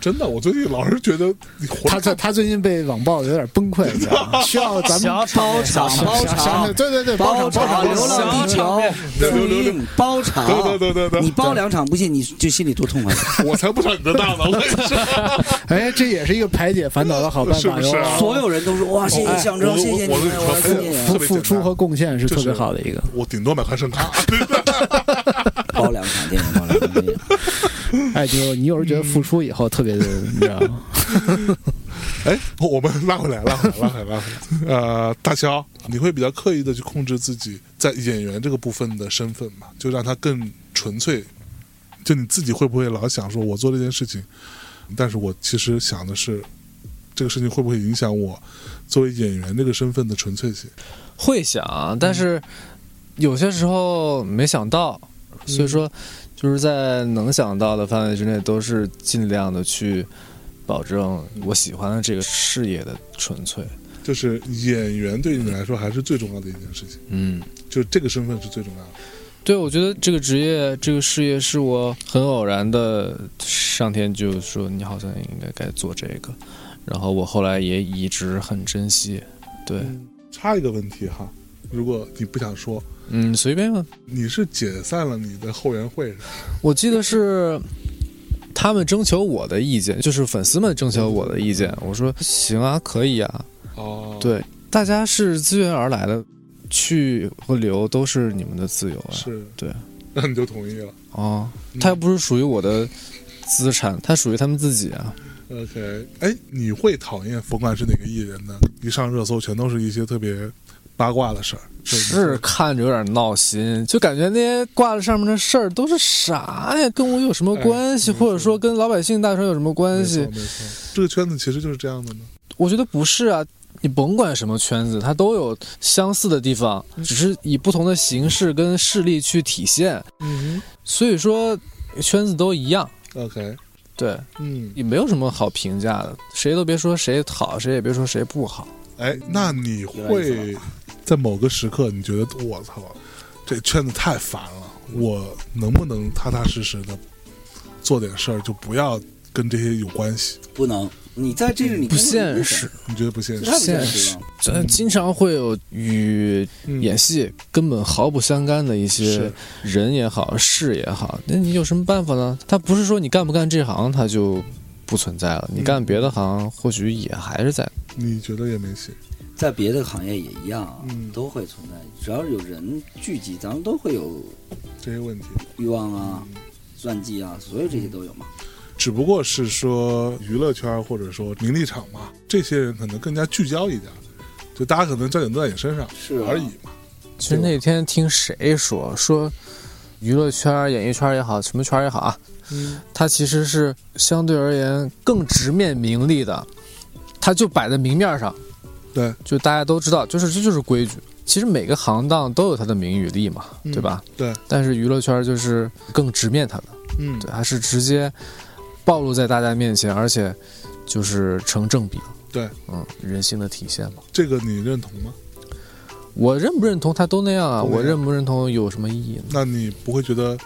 Speaker 1: 真的，我最近老是觉得你活
Speaker 5: 他他他最近被网暴的有点崩溃，你知道吗？需要咱们
Speaker 4: 小包
Speaker 3: 场包场
Speaker 5: 对对对，包
Speaker 3: 包
Speaker 5: 场包
Speaker 3: 场
Speaker 5: 场
Speaker 3: 流浪地球，
Speaker 1: 流流流
Speaker 3: 复印包场，
Speaker 1: 对对对对对
Speaker 3: 你包两场不信，你就心里多痛快。
Speaker 1: 我才不上你的当 呢！我跟你说，
Speaker 5: 哎，这也是一个排解烦恼的好办
Speaker 1: 是
Speaker 5: 法
Speaker 1: 不是
Speaker 5: 哟。
Speaker 1: 啊
Speaker 3: 所有人都说哇，谢谢象征，
Speaker 1: 我
Speaker 3: 谢谢你
Speaker 1: 我
Speaker 3: 们，
Speaker 1: 我
Speaker 3: 我谢谢你
Speaker 1: 我
Speaker 3: 们，
Speaker 5: 付付出和贡献是特别好的一个。
Speaker 1: 我顶多买块声卡，
Speaker 3: 包两场电影，包两场电影。
Speaker 5: 哎，太丢了。你有时候觉得付出以后特别的，你知道吗？
Speaker 1: 哎，我们拉回来，拉回来，拉回来，拉回来。呃，大乔，你会比较刻意的去控制自己在演员这个部分的身份嘛？就让它更纯粹。就你自己会不会老想说，我做这件事情，但是我其实想的是，这个事情会不会影响我作为演员这个身份的纯粹性？
Speaker 6: 会想，但是有些时候没想到，嗯所以说就是在能想到的范围之内，都是尽量的去保证我喜欢的这个事业的纯粹。
Speaker 1: 就是演员对你来说还是最重要的一件事情，
Speaker 6: 嗯，
Speaker 1: 就是这个身份是最重要的。
Speaker 6: 对，我觉得这个职业、这个事业是我很偶然的，上天就说你好像应该该做这个，然后我后来也一直很珍惜。对，
Speaker 1: 插一个问题哈，如果你不想说，
Speaker 6: 嗯，随便吧。
Speaker 1: 你是解散了你的后援会是吧，
Speaker 6: 我记得是他们征求我的意见，就是粉丝们征求我的意见。我说行啊，可以啊，
Speaker 1: 嗯哦，
Speaker 6: 对，大家是自愿而来的，去和留都是你们的自由啊。
Speaker 1: 是，嗯
Speaker 6: 对，
Speaker 1: 那你就同意了。
Speaker 6: 哦，它又不是属于我的资产，它属于他们自己啊。
Speaker 1: OK，哎，你会讨厌不管是哪个艺人呢？一上热搜全都是一些特别八卦的事儿，
Speaker 6: 是看着有点闹心，就感觉那些挂在上面的事儿都是啥呀？跟我有什么
Speaker 1: 哎
Speaker 6: 关系？
Speaker 1: 没
Speaker 6: 或者
Speaker 1: 错
Speaker 6: 说跟老百姓大众有什么
Speaker 1: 没
Speaker 6: 关
Speaker 1: 错
Speaker 6: 系？
Speaker 1: 没错，这个圈子其实就是这样的呢。
Speaker 6: 我觉得不是啊，你甭管什么圈子，它都有相似的地方，只是以不同的形式跟势力去体现。
Speaker 1: 嗯
Speaker 6: 所以说，圈子都一样，
Speaker 1: ，OK，
Speaker 6: 对，
Speaker 1: 嗯，
Speaker 6: 也没有什么好评价的，谁都别说谁好，谁也别说谁不好。
Speaker 1: 哎，那你会在某个时刻，你觉得我操，这圈子太烦了，我能不能踏踏实实的做点事儿，就不要跟这些有关系？
Speaker 3: 不能，你在这个你
Speaker 6: 不现实，
Speaker 1: 你觉得不现实
Speaker 3: 太？不现
Speaker 6: 现
Speaker 3: 实了。
Speaker 6: 咱经常会有与演戏根本毫不相干的一些
Speaker 1: 嗯是
Speaker 6: 人也好，事也好，那你有什么办法呢？他不是说你干不干这行，他就不存在了。你
Speaker 1: 嗯
Speaker 6: 干别的行，或许也还是在。
Speaker 1: 你觉得也没戏？
Speaker 3: 在别的行业也一样啊
Speaker 1: 嗯，
Speaker 3: 都会存在。只要有人聚集，咱们都会有
Speaker 1: 这些问题，
Speaker 3: 欲望啊、算计啊，所有这些都有嘛。
Speaker 1: 只不过是说娱乐圈或者说名利场嘛，这些人可能更加聚焦一点，就大家可能焦点都在你身上
Speaker 3: 是啊
Speaker 1: 而已嘛。
Speaker 6: 其实那天听谁说说，娱乐圈儿、演艺圈儿也好，什么圈儿也好啊，
Speaker 1: 嗯，
Speaker 6: 它其实是相对而言更直面名利的，它就摆在明面上，
Speaker 1: 对
Speaker 6: 就大家都知道，就是这就是规矩。其实每个行当都有它的名与利嘛，
Speaker 1: 嗯
Speaker 6: 对吧？
Speaker 1: 对，
Speaker 6: 但是娱乐圈儿就是更直面它的，
Speaker 1: 嗯
Speaker 6: 对，它是直接暴露在大家面前，而且就是成正比了。
Speaker 1: 对，
Speaker 6: 嗯，人性的体现嘛。
Speaker 1: 这个你认同吗？
Speaker 6: 我认不认同他都那样啊？
Speaker 1: 都那样
Speaker 6: 我认不认同有什么意义呢？
Speaker 1: 那你不会觉得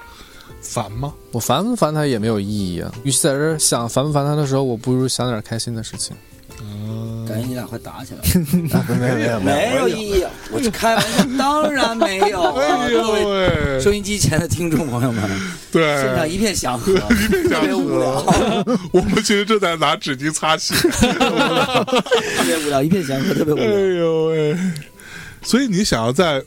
Speaker 1: 烦吗？
Speaker 6: 我烦不烦他也没有意义啊。与其在这儿想烦不烦他的时候，我不如想点开心的事情。
Speaker 1: 啊，
Speaker 3: 感觉你俩快打起 来了。
Speaker 6: 没有没有
Speaker 3: 没有意义，我是开玩笑，当然没有啊！
Speaker 1: 哎呦
Speaker 3: 各位
Speaker 1: 喂，
Speaker 3: 收音机前的听众朋友们，现场
Speaker 1: 对，
Speaker 3: 哎 一片祥和，哎特别无聊，
Speaker 1: 我们其实正在拿纸巾擦 洗。
Speaker 3: 特别无聊，一片祥和，特别无
Speaker 1: 哎
Speaker 3: 聊。
Speaker 1: 呦喂，所以你想要在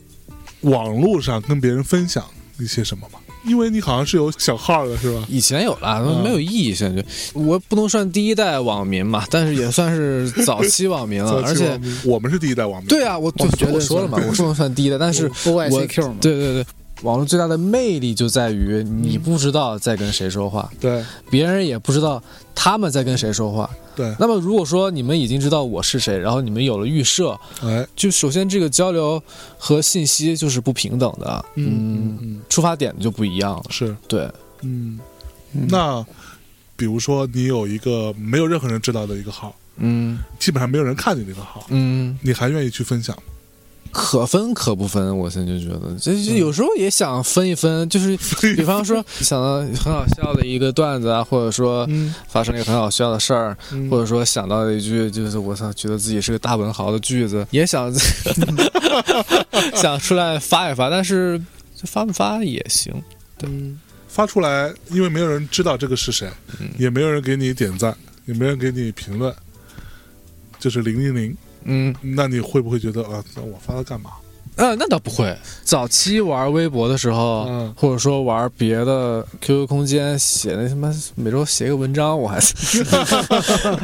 Speaker 1: 网络上跟别人分享一些什么吗？因为你好像是有小号的是吧？
Speaker 6: 以前有啦，没有意义。现在就我不能算第一代网民嘛，但是也算是 早期网民了。而且，
Speaker 1: 我们是第一代网民，
Speaker 6: 对啊，我
Speaker 5: 我
Speaker 6: 我
Speaker 5: 觉得
Speaker 6: 我说了嘛，我不能算第一代，但是
Speaker 5: O I
Speaker 6: 我
Speaker 5: C Q 嘛，
Speaker 6: 对对对，网络最大的魅力就在于你不知道在跟谁说话，
Speaker 1: 对
Speaker 6: 别人也不知道他们在跟谁说话。
Speaker 1: 对，
Speaker 6: 那么如果说你们已经知道我是谁，然后你们有了预设，
Speaker 1: 哎，
Speaker 6: 就首先这个交流和信息就是不平等的，
Speaker 1: 嗯
Speaker 6: 嗯，
Speaker 1: 嗯，
Speaker 6: 出发点就不一样了。
Speaker 1: 是，
Speaker 6: 对，
Speaker 1: 嗯，那比如说你有一个没有任何人知道的一个号，
Speaker 6: 嗯
Speaker 1: 基本上没有人看你这个号，
Speaker 6: 嗯，
Speaker 1: 你还愿意去分享吗？
Speaker 6: 可分可不分，我现在就觉得，这这有时候也想分一分，就是 比方说想到很好笑的一个段子啊，或者说
Speaker 1: 嗯，
Speaker 6: 发生一个很好笑的事儿，
Speaker 1: 嗯
Speaker 6: 或者说想到一句就是我操，觉得自己是个大文豪的句子，也 想想出来发一发，但是就发不发也行。
Speaker 1: 发出来，因为没有人知道这个是谁，也没有人给你点赞，也没人给你评论，就是零零零。
Speaker 6: 嗯，
Speaker 1: 那你会不会觉得啊？那我发它干嘛？
Speaker 6: 呃，那倒不会。早期玩微博的时候，
Speaker 4: 嗯
Speaker 6: 或者说玩别的 QQ 空间写那什么，每周写个文章，我还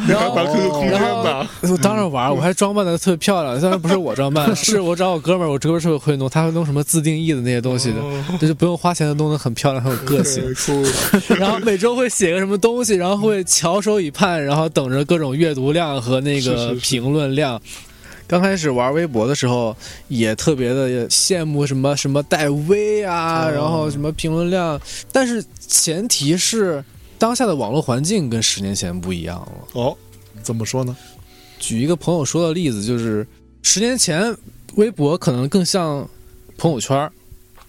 Speaker 6: 然后
Speaker 1: 还玩 QQ 空间
Speaker 6: 然后
Speaker 1: 呢
Speaker 6: 我当然玩，我还装扮的特别漂亮。虽然不是我装扮，是我找我哥们儿，我哥们儿特别会弄，他会弄什么自定义的那些东西的，这就不用花钱的，弄得很漂亮，很有个 性。然后每周会写个什么东西，然后会翘首以盼，然后等着各种阅读量和那
Speaker 1: 是
Speaker 6: 个
Speaker 1: 是是
Speaker 6: 评论量。刚开始玩微博的时候，也特别的羡慕什么什么戴威啊，然后什么评论量，但是前提是当下的网络环境跟十年前不一样了。
Speaker 1: 哦，怎么说呢？
Speaker 6: 举一个朋友说的例子，就是十年前微博可能更像朋友圈儿，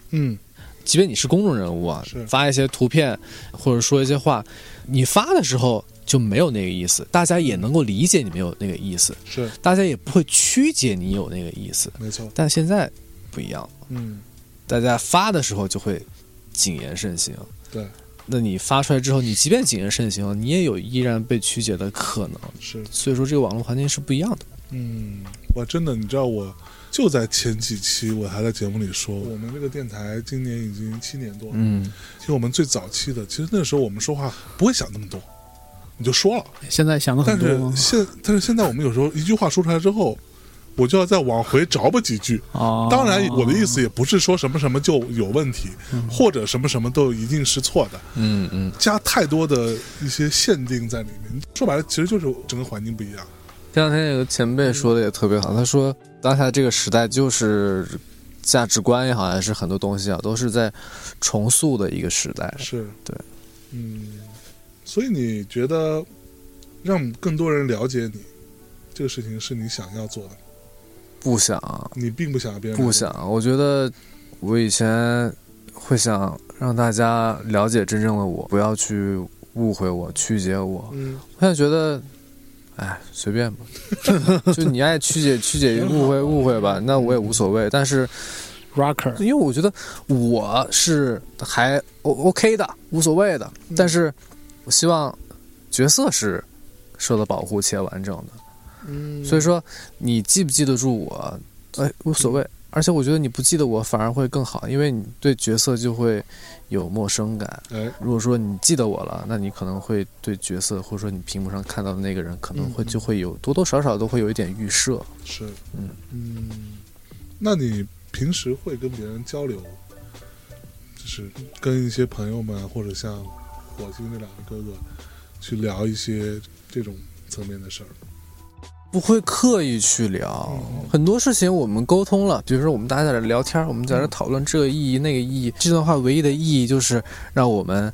Speaker 1: 嗯，
Speaker 6: 即便你是公众人物啊
Speaker 1: 是，
Speaker 6: 发一些图片或者说一些话，你发的时候就没有那个意思，大家也能够理解你没有那个意思，
Speaker 1: 是
Speaker 6: 大家也不会曲解你有那个意思。
Speaker 1: 没错。
Speaker 6: 但现在不一样，
Speaker 1: 嗯，
Speaker 6: 大家发的时候就会谨言慎行。
Speaker 1: 对，
Speaker 6: 那你发出来之后，你即便谨言慎行，你也有依然被曲解的可能。
Speaker 1: 是
Speaker 6: 所以说，这个网络环境是不一样的。
Speaker 1: 嗯，我真的，你知道我。就在前几期，我还在节目里说，我们这个电台今年已经七年多了。
Speaker 6: 嗯，
Speaker 1: 其实我们最早期的，其实那时候我们说话不会想那么多，你就说了。
Speaker 5: 现在想的
Speaker 1: 但
Speaker 5: 很多
Speaker 1: 是
Speaker 5: 吗？
Speaker 1: 现但是现在我们有时候一句话说出来之后，我就要再往回找吧几句。
Speaker 5: 哦
Speaker 1: 当然，我的意思也不是说什么什么就有问题，
Speaker 5: 嗯
Speaker 1: 或者什么什么都一定是错的，
Speaker 6: 嗯嗯，
Speaker 1: 加太多的一些限定在里面。说白了，其实就是整个环境不一样。
Speaker 6: 前两天有个前辈说的也特别好，他说当下这个时代就是价值观也好，还是很多东西啊，都是在重塑的一个时代。
Speaker 1: 是
Speaker 6: 对，
Speaker 1: 嗯，所以你觉得让更多人了解你这个事情是你想要做的吗，
Speaker 6: 不想，
Speaker 1: 你并不想要别人了解
Speaker 6: 不想，我觉得我以前会想让大家了解真正的我，不要去误会我、曲解我。
Speaker 1: 嗯，
Speaker 6: 我现在觉得，哎，随便吧， 就你爱曲解曲解误会误会吧，那我也无所谓。但是
Speaker 5: rocker
Speaker 6: 因为我觉得我是还 O OK 的，无所谓的，
Speaker 1: 嗯
Speaker 6: 但是我希望角色是受到保护且完整的。
Speaker 1: 嗯
Speaker 6: 所以说，你记不记得住我，哎，无所
Speaker 1: 嗯
Speaker 6: 谓。而且我觉得你不记得我反而会更好，因为你对角色就会有陌生感。
Speaker 1: 哎，
Speaker 6: 如果说你记得我了，那你可能会对角色或者说你屏幕上看到的那个人，可能会
Speaker 1: 嗯嗯
Speaker 6: 就会有多多少少都会有一点预设。
Speaker 1: 是，
Speaker 6: 嗯
Speaker 1: 嗯，那你平时会跟别人交流，就是跟一些朋友们啊或者像火星这两个哥哥去聊一些这种层面的事儿。
Speaker 6: 不会刻意去聊、
Speaker 1: 嗯
Speaker 6: 很多事情，我们沟通了，比如说我们大家在这聊天，我们在这
Speaker 1: 嗯
Speaker 6: 讨论这个意义、那个意义。这段话唯一的意义就是让我们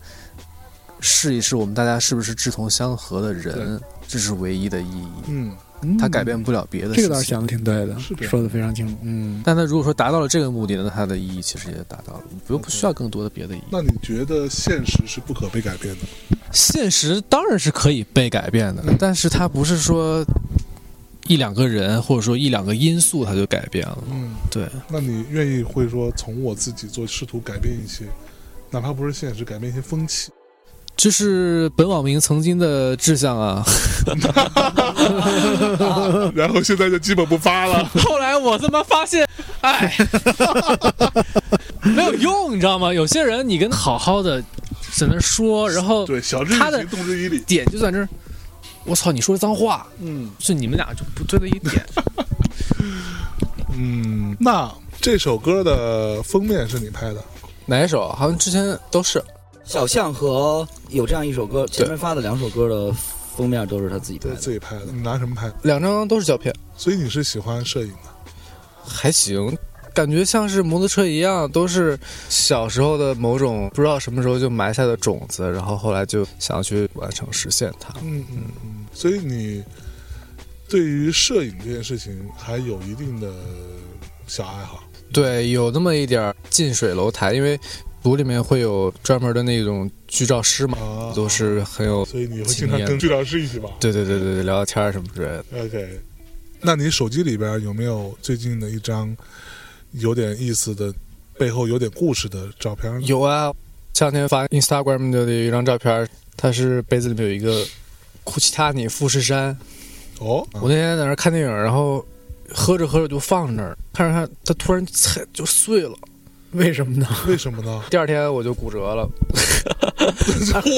Speaker 6: 试一试，我们大家是不是志同相合的人，这是唯一的意义，
Speaker 1: 嗯，
Speaker 6: 它改变不了别的
Speaker 5: 嗯这
Speaker 6: 事
Speaker 5: 个倒是
Speaker 6: 情。
Speaker 5: 想的挺对的
Speaker 1: 是这，样
Speaker 5: 说的非常清楚。嗯，
Speaker 6: 但他如果说达到了这个目的，那它的意义其实也达到了，你不用
Speaker 1: OK
Speaker 6: 不需要更多的别的意义。
Speaker 1: 那你觉得现实是不可被改变的吗？
Speaker 6: 现实当然是可以被改变的，
Speaker 5: 嗯
Speaker 6: 但是它不是说一两个人或者说一两个因素它就改变了。
Speaker 1: 嗯，
Speaker 6: 对，
Speaker 1: 那你愿意会说从我自己做，试图改变一些，哪怕不是现实，改变一些风气。
Speaker 6: 这是本网民曾经的志向啊。
Speaker 1: 然后现在就基本不发 了。
Speaker 6: 后来我他妈发现，哎， 没有用，你知道吗？有些人你跟他
Speaker 4: 好好的在那说，然后
Speaker 1: 对，晓之以
Speaker 6: 他的
Speaker 1: 情，动之以理。
Speaker 6: 点就在这儿，我操，你说的脏话，
Speaker 1: 嗯。
Speaker 4: 就你们俩就不对到一点。
Speaker 1: 嗯，那这首歌的封面是你拍的，
Speaker 6: 哪一首？好像之前都是。
Speaker 3: 小象和有这样一首歌，前面发的两首歌的封面都是他自己拍
Speaker 1: 对自
Speaker 3: 的。
Speaker 1: 己拍的，你拿什么拍？
Speaker 6: 两张都是胶片，
Speaker 1: 所以你是喜欢摄影的？
Speaker 6: 还行，感觉像是摩托车一样，都是小时候的某种不知道什么时候就埋下的种子，然后后来就想去完成实现它。
Speaker 1: 嗯嗯嗯。所以你对于摄影这件事情还有一定的小爱好。
Speaker 6: 对，有那么一点儿近水楼台，因为组里面会有专门的那种剧照师嘛，
Speaker 1: 啊
Speaker 6: 都是很有。
Speaker 1: 所以你会经常跟剧老师一起玩。
Speaker 6: 对对对对对，聊聊天儿什么之类的。
Speaker 1: OK，那你手机里边有没有最近的一张有点意思的、背后有点故事的照片呢？
Speaker 6: 有啊，前两天发 Instagram 的有一张照片儿，它是杯子里面有一个库奇塔尼富士山。
Speaker 1: 哦，
Speaker 6: 我那天在那儿看电影，然后喝着喝着就放那儿，看着看它突然踩就碎了。
Speaker 5: 为什么呢？
Speaker 1: 为什么呢？
Speaker 6: 第二天我就骨折了，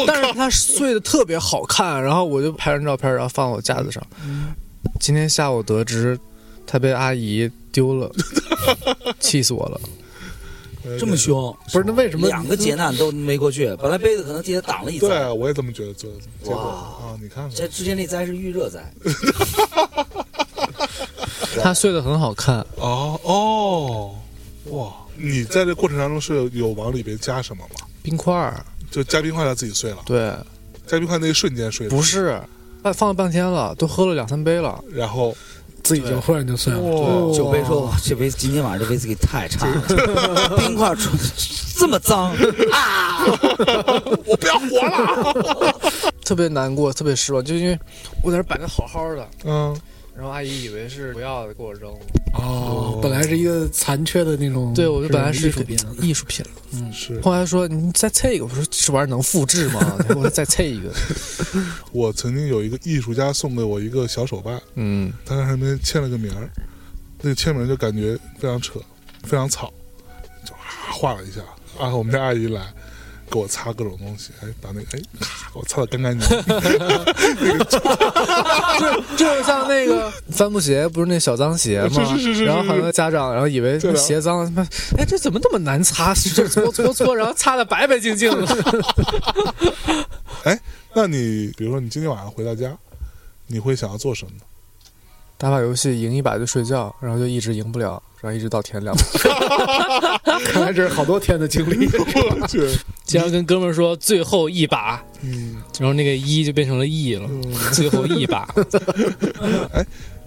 Speaker 6: 但是它碎的特别好看，然后我就拍张照片，然后放我架子上。
Speaker 5: 嗯
Speaker 6: 今天下午得知，它被阿姨丢 了，气死我了。
Speaker 1: 呃
Speaker 3: 这么凶，
Speaker 5: 不是那为什么
Speaker 3: 两个劫难都没过去？本来杯子可能底下挡了一层，
Speaker 1: 对，啊我也这么觉得。结结果啊，你看看，
Speaker 3: 这之前那灾是预热灾，
Speaker 6: 它碎的很好看，
Speaker 1: 哦哦，哇！你在这过程当中是有往里边加什么吗？
Speaker 6: 冰块儿，
Speaker 1: 就加冰块它自己碎了，
Speaker 6: 对，
Speaker 1: 加冰块那一瞬间碎了，
Speaker 6: 不是，哎放了半天了，都喝了两三杯了。
Speaker 1: 然后
Speaker 5: 自己就忽然就碎了？
Speaker 1: 哇
Speaker 3: 酒杯啊说：“哇，这杯今天晚上这杯子给太差了，冰块出这么脏啊！
Speaker 1: 我不要活 了。
Speaker 6: 特别难过，特别失望，就因为我在这摆的好好的，
Speaker 1: 嗯，
Speaker 6: 然后阿姨以为是不要的，给我扔了。
Speaker 5: 哦，本来是一个残缺的那种，
Speaker 6: 对，我就本来是
Speaker 5: 艺术品，
Speaker 6: 艺术品。
Speaker 5: 嗯
Speaker 1: 是
Speaker 6: 后来说你再测一个，我说这玩意儿能复制 吗？我说再测一个。
Speaker 1: 我曾经有一个艺术家送给我一个小手办，
Speaker 6: 嗯，
Speaker 1: 他在上面签了个名儿，那个签名就感觉非常扯，非常草，就啊画了一下啊，我们家阿姨来。给我擦各种东西，哎，把那个哎，咔，给我擦的干干净净。
Speaker 6: 就就是像那 个帆布鞋，不是那小脏鞋吗？
Speaker 1: 是是是是
Speaker 6: 然后
Speaker 1: 是
Speaker 6: 很多家长，然后以为
Speaker 1: 对的
Speaker 6: 鞋脏，他妈哎这怎么那么难擦？就搓搓搓，然后擦的白白净净 的。
Speaker 1: 那你比如说你今天晚上回到家，你会想要做什么呢？
Speaker 6: 打把游戏赢一把就睡觉，然后就一直赢不了，然后一直到天亮。
Speaker 5: 看来这是好多天的经历。
Speaker 1: 我去，
Speaker 4: 经常跟哥们儿说最后一把，
Speaker 1: 嗯，
Speaker 4: 然后那个一就变成了 E 了，最后一把。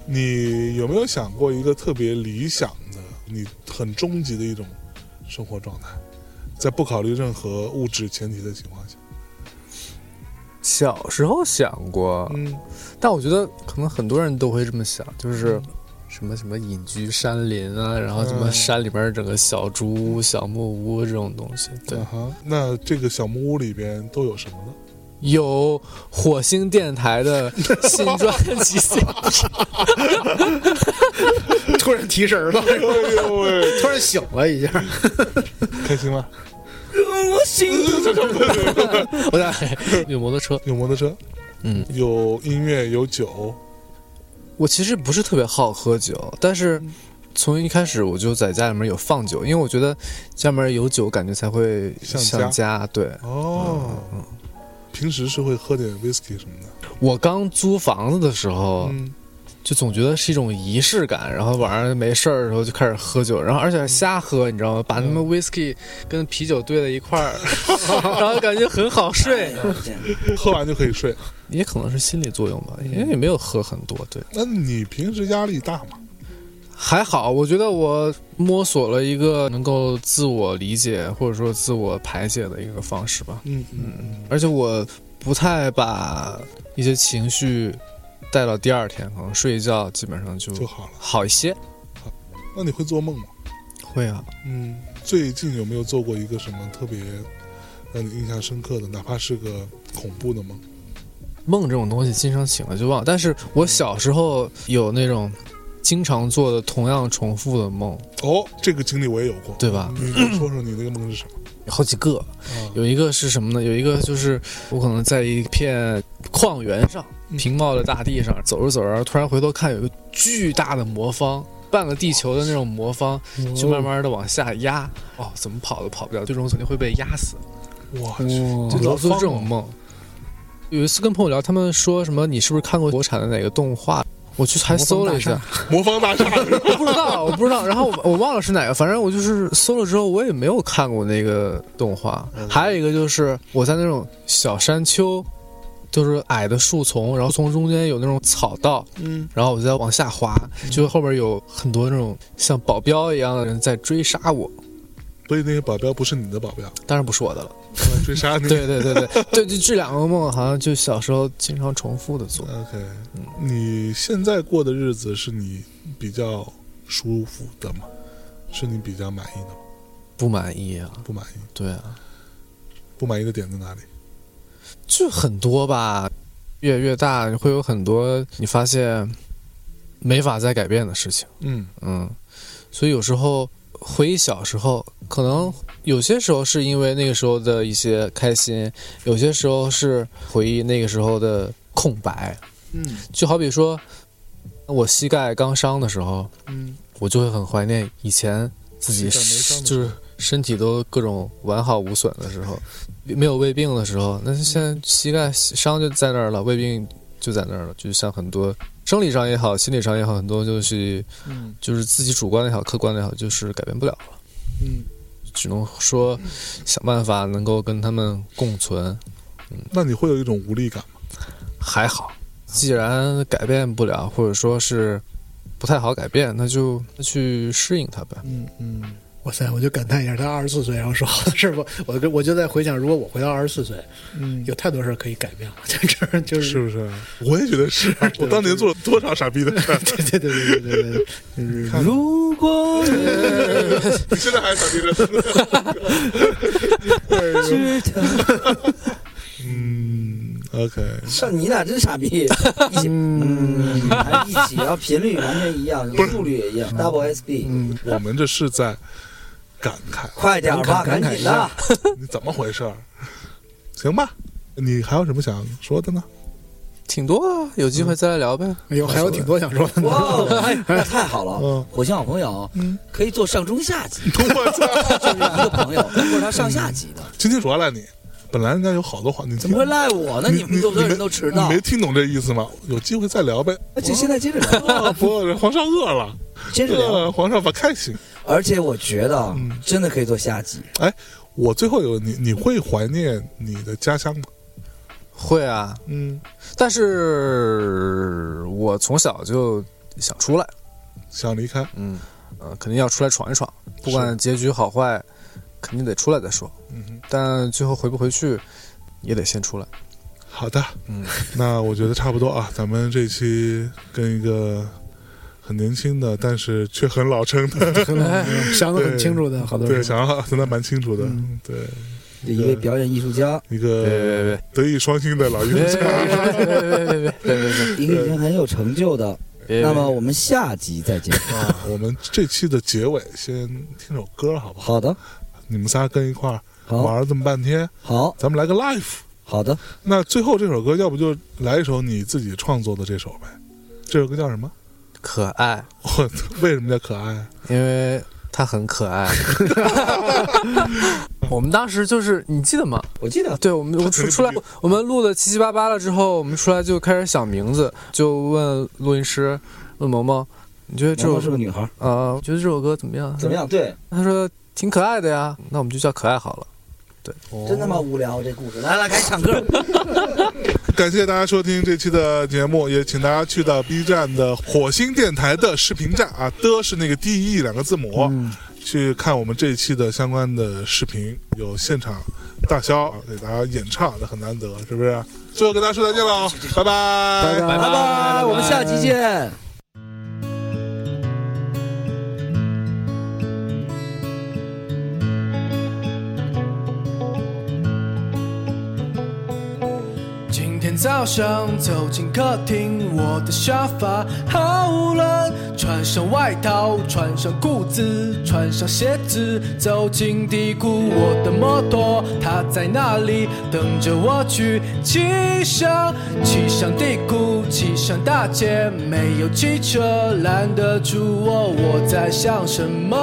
Speaker 1: 你有没有想过一个特别理想的、你很终极的一种生活状态，在不考虑任何物质前提的情况下？
Speaker 6: 小时候想过，
Speaker 1: 嗯，
Speaker 6: 但我觉得可能很多人都会这么想，就是什么什么隐居山林啊，然后什么
Speaker 1: 嗯
Speaker 6: 山里边整个小猪屋、小木屋这种东西。对
Speaker 1: 啊，哈，那这个小木屋里边都有什么呢？
Speaker 6: 有火星电台的新专辑
Speaker 5: 突然提神儿了，
Speaker 1: 哎呦喂，
Speaker 5: 突然醒了一下。
Speaker 1: 开心吗？
Speaker 3: 我心
Speaker 6: 我想有摩托车。
Speaker 1: 有摩托车，
Speaker 6: 嗯，
Speaker 1: 有音乐，有酒，
Speaker 6: 我其实不是特别好喝酒，但是
Speaker 1: 嗯
Speaker 6: 从一开始我就在家里面有放酒，因为我觉得家里面有酒，感觉才会
Speaker 1: 像
Speaker 6: 像家。对
Speaker 1: 哦。平时是会喝点 whisky 什么的，
Speaker 6: 我刚租房子的时候，
Speaker 1: 嗯，
Speaker 6: 就总觉得是一种仪式感，然后晚上没事儿的时候就开始喝酒，然后而且瞎喝，你知道吗？把他们 whisky 跟啤酒兑在一块 儿，然后感觉很好睡，
Speaker 1: 喝完就可以睡。
Speaker 6: 也可能是心理作用吧，因为也没有喝很多，对，
Speaker 1: 那你平时压力大吗？
Speaker 6: 还好，我觉得我摸索了一个能够自我理解或者说自我排解的一个方式吧，
Speaker 1: 嗯嗯，
Speaker 6: 而且我不太把一些情绪带到第二天，可能睡一觉基本上就
Speaker 1: 就好了。
Speaker 6: 好一些，
Speaker 1: 那你会做梦吗？
Speaker 6: 会啊。
Speaker 1: 嗯，最近有没有做过一个什么特别让你印象深刻的，哪怕是个恐怖的梦？
Speaker 6: 梦这种东西，经常醒了就忘。但是我小时候有那种经常做的同样重复的梦，
Speaker 1: 哦，这个经历我也有过，嗯
Speaker 6: 对吧？
Speaker 1: 你给我说说你那个梦是什么？
Speaker 6: 有好几个，
Speaker 1: 啊，
Speaker 6: 有一个是什么呢？有一个就是我可能在一片旷原上
Speaker 1: 嗯、
Speaker 6: 平茂的大地上走着走着，然后突然回头看，有一个巨大的魔方。半个地球的那种魔方，就慢慢的往下压，哦，怎么跑都跑不掉，最终肯定会被压死。哦
Speaker 1: 哇，
Speaker 6: 就
Speaker 5: 哇，
Speaker 6: 老做这种梦。有一次跟朋友聊，他们说什么你是不是看过国产的哪个动画？我去还搜了一下，
Speaker 1: 魔方大厦，
Speaker 6: 我不知道，我不知道。然后我我忘了是哪个，反正我就是搜了之后，我也没有看过那个动画。还有一个就是我在那种小山丘，就是矮的树丛，然后从中间有那种草道，
Speaker 1: 嗯，
Speaker 6: 然后我就在往下滑，就后边有很多那种像保镖一样的人在追杀我，
Speaker 1: 所以那个保镖不是你的保镖，
Speaker 6: 当然不是我的了。
Speaker 1: 追杀你。
Speaker 6: 对对对对对，就这两个梦好像就小时候经常重复的做。
Speaker 1: ，OK，你现在过的日子是你比较舒服的吗？是你比较满意的吗？
Speaker 6: 不满意啊，
Speaker 1: 不满意，
Speaker 6: 对啊，
Speaker 1: 不满意的点在哪里？
Speaker 6: 就很多吧。越越大，会有很多你发现没法再改变的事情。
Speaker 4: 嗯
Speaker 6: 嗯，所以有时候回忆小时候，可能有些时候是因为那个时候的一些开心，有些时候是回忆那个时候的空白。
Speaker 5: 嗯
Speaker 6: 就好比说，我膝盖刚伤的时候，
Speaker 5: 嗯
Speaker 6: 我就会很怀念以前自己
Speaker 4: 膝盖没伤的时候
Speaker 6: 就是身体都各种完好无损的时候，没有胃病的时候。那现
Speaker 4: 嗯
Speaker 6: 在膝盖伤就在那儿了，胃病就在那儿了，就像很多生理上也好，心理上也好，很多就是
Speaker 4: 嗯
Speaker 6: 就是自己主观的也好，客观的也好，就是改变不了了，
Speaker 5: 嗯，
Speaker 6: 只能说
Speaker 4: 嗯
Speaker 6: 想办法能够跟他们共存。
Speaker 1: 那你会有一种无力感吗？
Speaker 6: 还好，既然改变不了，或者说是不太好改变，那就去适应它呗。
Speaker 5: 嗯嗯，哇塞！我就感叹一下，他二十四岁，然后说 好的事儿，我我就我就在回想，如果我回到二十四岁，
Speaker 1: 嗯，
Speaker 5: 有太多事儿可以改变了， 就这儿就是
Speaker 1: 不是？我也觉得是。我当年做了多少傻逼的事儿？
Speaker 5: 对对对对对对对， 就是
Speaker 3: 嗯如果
Speaker 1: 你现在还傻逼着？
Speaker 3: 知道，
Speaker 1: 哎嗯，OK，
Speaker 3: 上你俩真傻逼，一起，嗯，还一起，然后频率完全一样，速率也一样，double SB，
Speaker 1: 我们这是在感慨，
Speaker 3: 快点儿吧，赶紧的，
Speaker 1: 你怎么回事儿？行吧，你还有什么想说的呢？
Speaker 6: 挺多啊，有机会再来聊呗。
Speaker 5: 哎呦，还有挺多想说的呢
Speaker 3: 哇，。 哦，那太好了
Speaker 1: 嗯，
Speaker 3: 火星好朋友可以做上中下级，
Speaker 1: 我操！
Speaker 3: 就是一个朋友，或者他上下级 的，
Speaker 1: 今天主要赖你，本来应该有好多话，你
Speaker 3: 怎么会赖我呢？你们有的人都迟到
Speaker 1: 你，没听懂这意思吗？有机会再聊呗。
Speaker 3: 就现在接着 聊，
Speaker 1: 啊，不饿着，皇上饿了，
Speaker 3: 接着聊。
Speaker 1: 呃，皇上吧开心。
Speaker 3: 而且我觉得啊真的可以做下集，
Speaker 1: 哎，我最后有你，你会怀念你的家乡吗？
Speaker 6: 会啊，
Speaker 1: 嗯，
Speaker 6: 但是我从小就想出来，
Speaker 1: 想离开，
Speaker 6: 嗯，呃，肯定要出来闯一闯，不管
Speaker 1: 是
Speaker 6: 结局好坏，肯定得出来再说。
Speaker 1: 嗯哼，
Speaker 6: 但最后回不回去，也得先出来。
Speaker 1: 好的，
Speaker 6: 嗯，
Speaker 1: 那我觉得差不多啊。咱们这期跟一个很年轻的，但是却很老成的，
Speaker 5: 想的很清楚的，好多
Speaker 1: 对，
Speaker 5: 人
Speaker 1: 想要真的蛮清楚的，
Speaker 5: 嗯
Speaker 1: 对，
Speaker 3: 一位表演艺术家，
Speaker 1: 一个
Speaker 6: 别
Speaker 1: 德艺双馨的老艺术
Speaker 6: 别别
Speaker 1: 家。
Speaker 6: 别别别别别别
Speaker 3: 一个已经很有成就的。
Speaker 6: 别！
Speaker 3: 那么我们下集再见。
Speaker 1: 啊，我们这期的结尾先听首歌好不好？
Speaker 3: 好的，
Speaker 1: 你们仨跟一块儿玩
Speaker 3: 好，
Speaker 1: 了这么半天，
Speaker 3: 好，
Speaker 1: 咱们来个 l i f e
Speaker 3: 好的，
Speaker 1: 那最后这首歌，要不就来一首你自己创作的这首呗？这首歌叫什么？
Speaker 6: 可爱，
Speaker 1: 我 操为什么叫可爱啊？
Speaker 6: 因为他很可爱。 我们当时就是你记得吗？
Speaker 3: 我记得
Speaker 6: 对我们，我们
Speaker 1: 肯定不
Speaker 6: 出出来
Speaker 1: 记得，
Speaker 6: 我们录的七七八八了之后，我们出来就开始想名字，就问录音师，问萌萌，你觉得这
Speaker 3: 这
Speaker 6: 首
Speaker 3: 是个女孩，
Speaker 6: 啊、觉得这首歌怎么样？
Speaker 3: 怎么？样？对，
Speaker 6: 他说挺可爱的呀，那我们就叫可爱好了。
Speaker 3: 真他妈无聊这故事。来来，开始唱 歌。
Speaker 1: 感谢大家收听这期的节目，也请大家去到 B 站的火星电台的视频站啊，的是那个 D E 两个字母，去看我们这一期的相关的视频，有现场大肖啊给大家演唱，那很难得，是不是？最后跟大家说再见喽，拜拜
Speaker 5: 拜拜
Speaker 3: 拜拜，我们下期见。
Speaker 8: 今天早上走进客厅，我的沙发好冷。穿上外套，穿上裤子，穿上鞋子，走进低谷。我的摩托，它在那里等着我去骑上。骑上低谷，骑上大街，没有汽车拦得住我。我在想什么？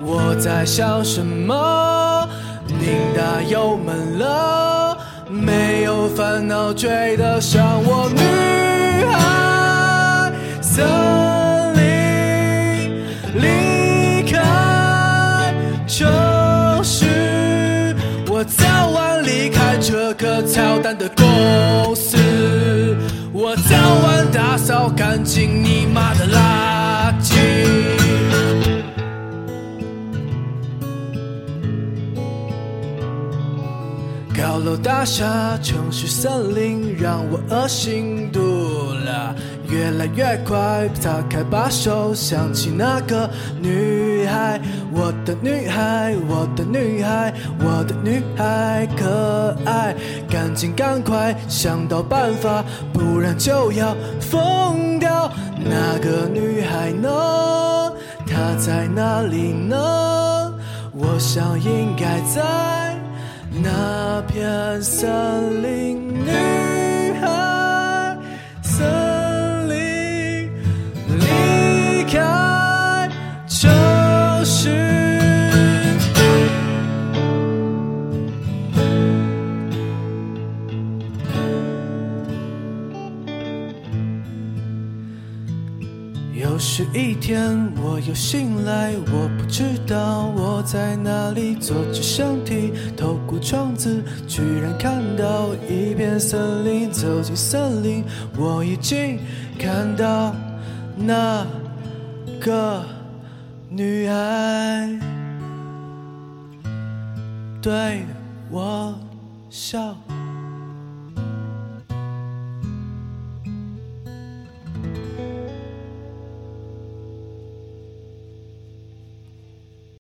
Speaker 8: 我在想什么？拧大油门了，没有烦恼追得上我女孩。森林离开城市，我早晚离开这个操蛋的公司，我早晚打扫干净你妈的垃圾。高楼大厦、城市森林，让我恶心毒了。越来越快，打开把手，想起那个女孩，我的女孩，我的女孩，我的女孩可爱。赶紧赶快想到办法，不然就要疯掉。那个女孩呢？她在哪里呢？我想应该在那片森林女孩森林离开城市。又是一天，我又醒来，我不知道我在哪里。坐着身体，透过窗子，居然看到一片森林。走进森林，我已经看到那个女孩对我笑。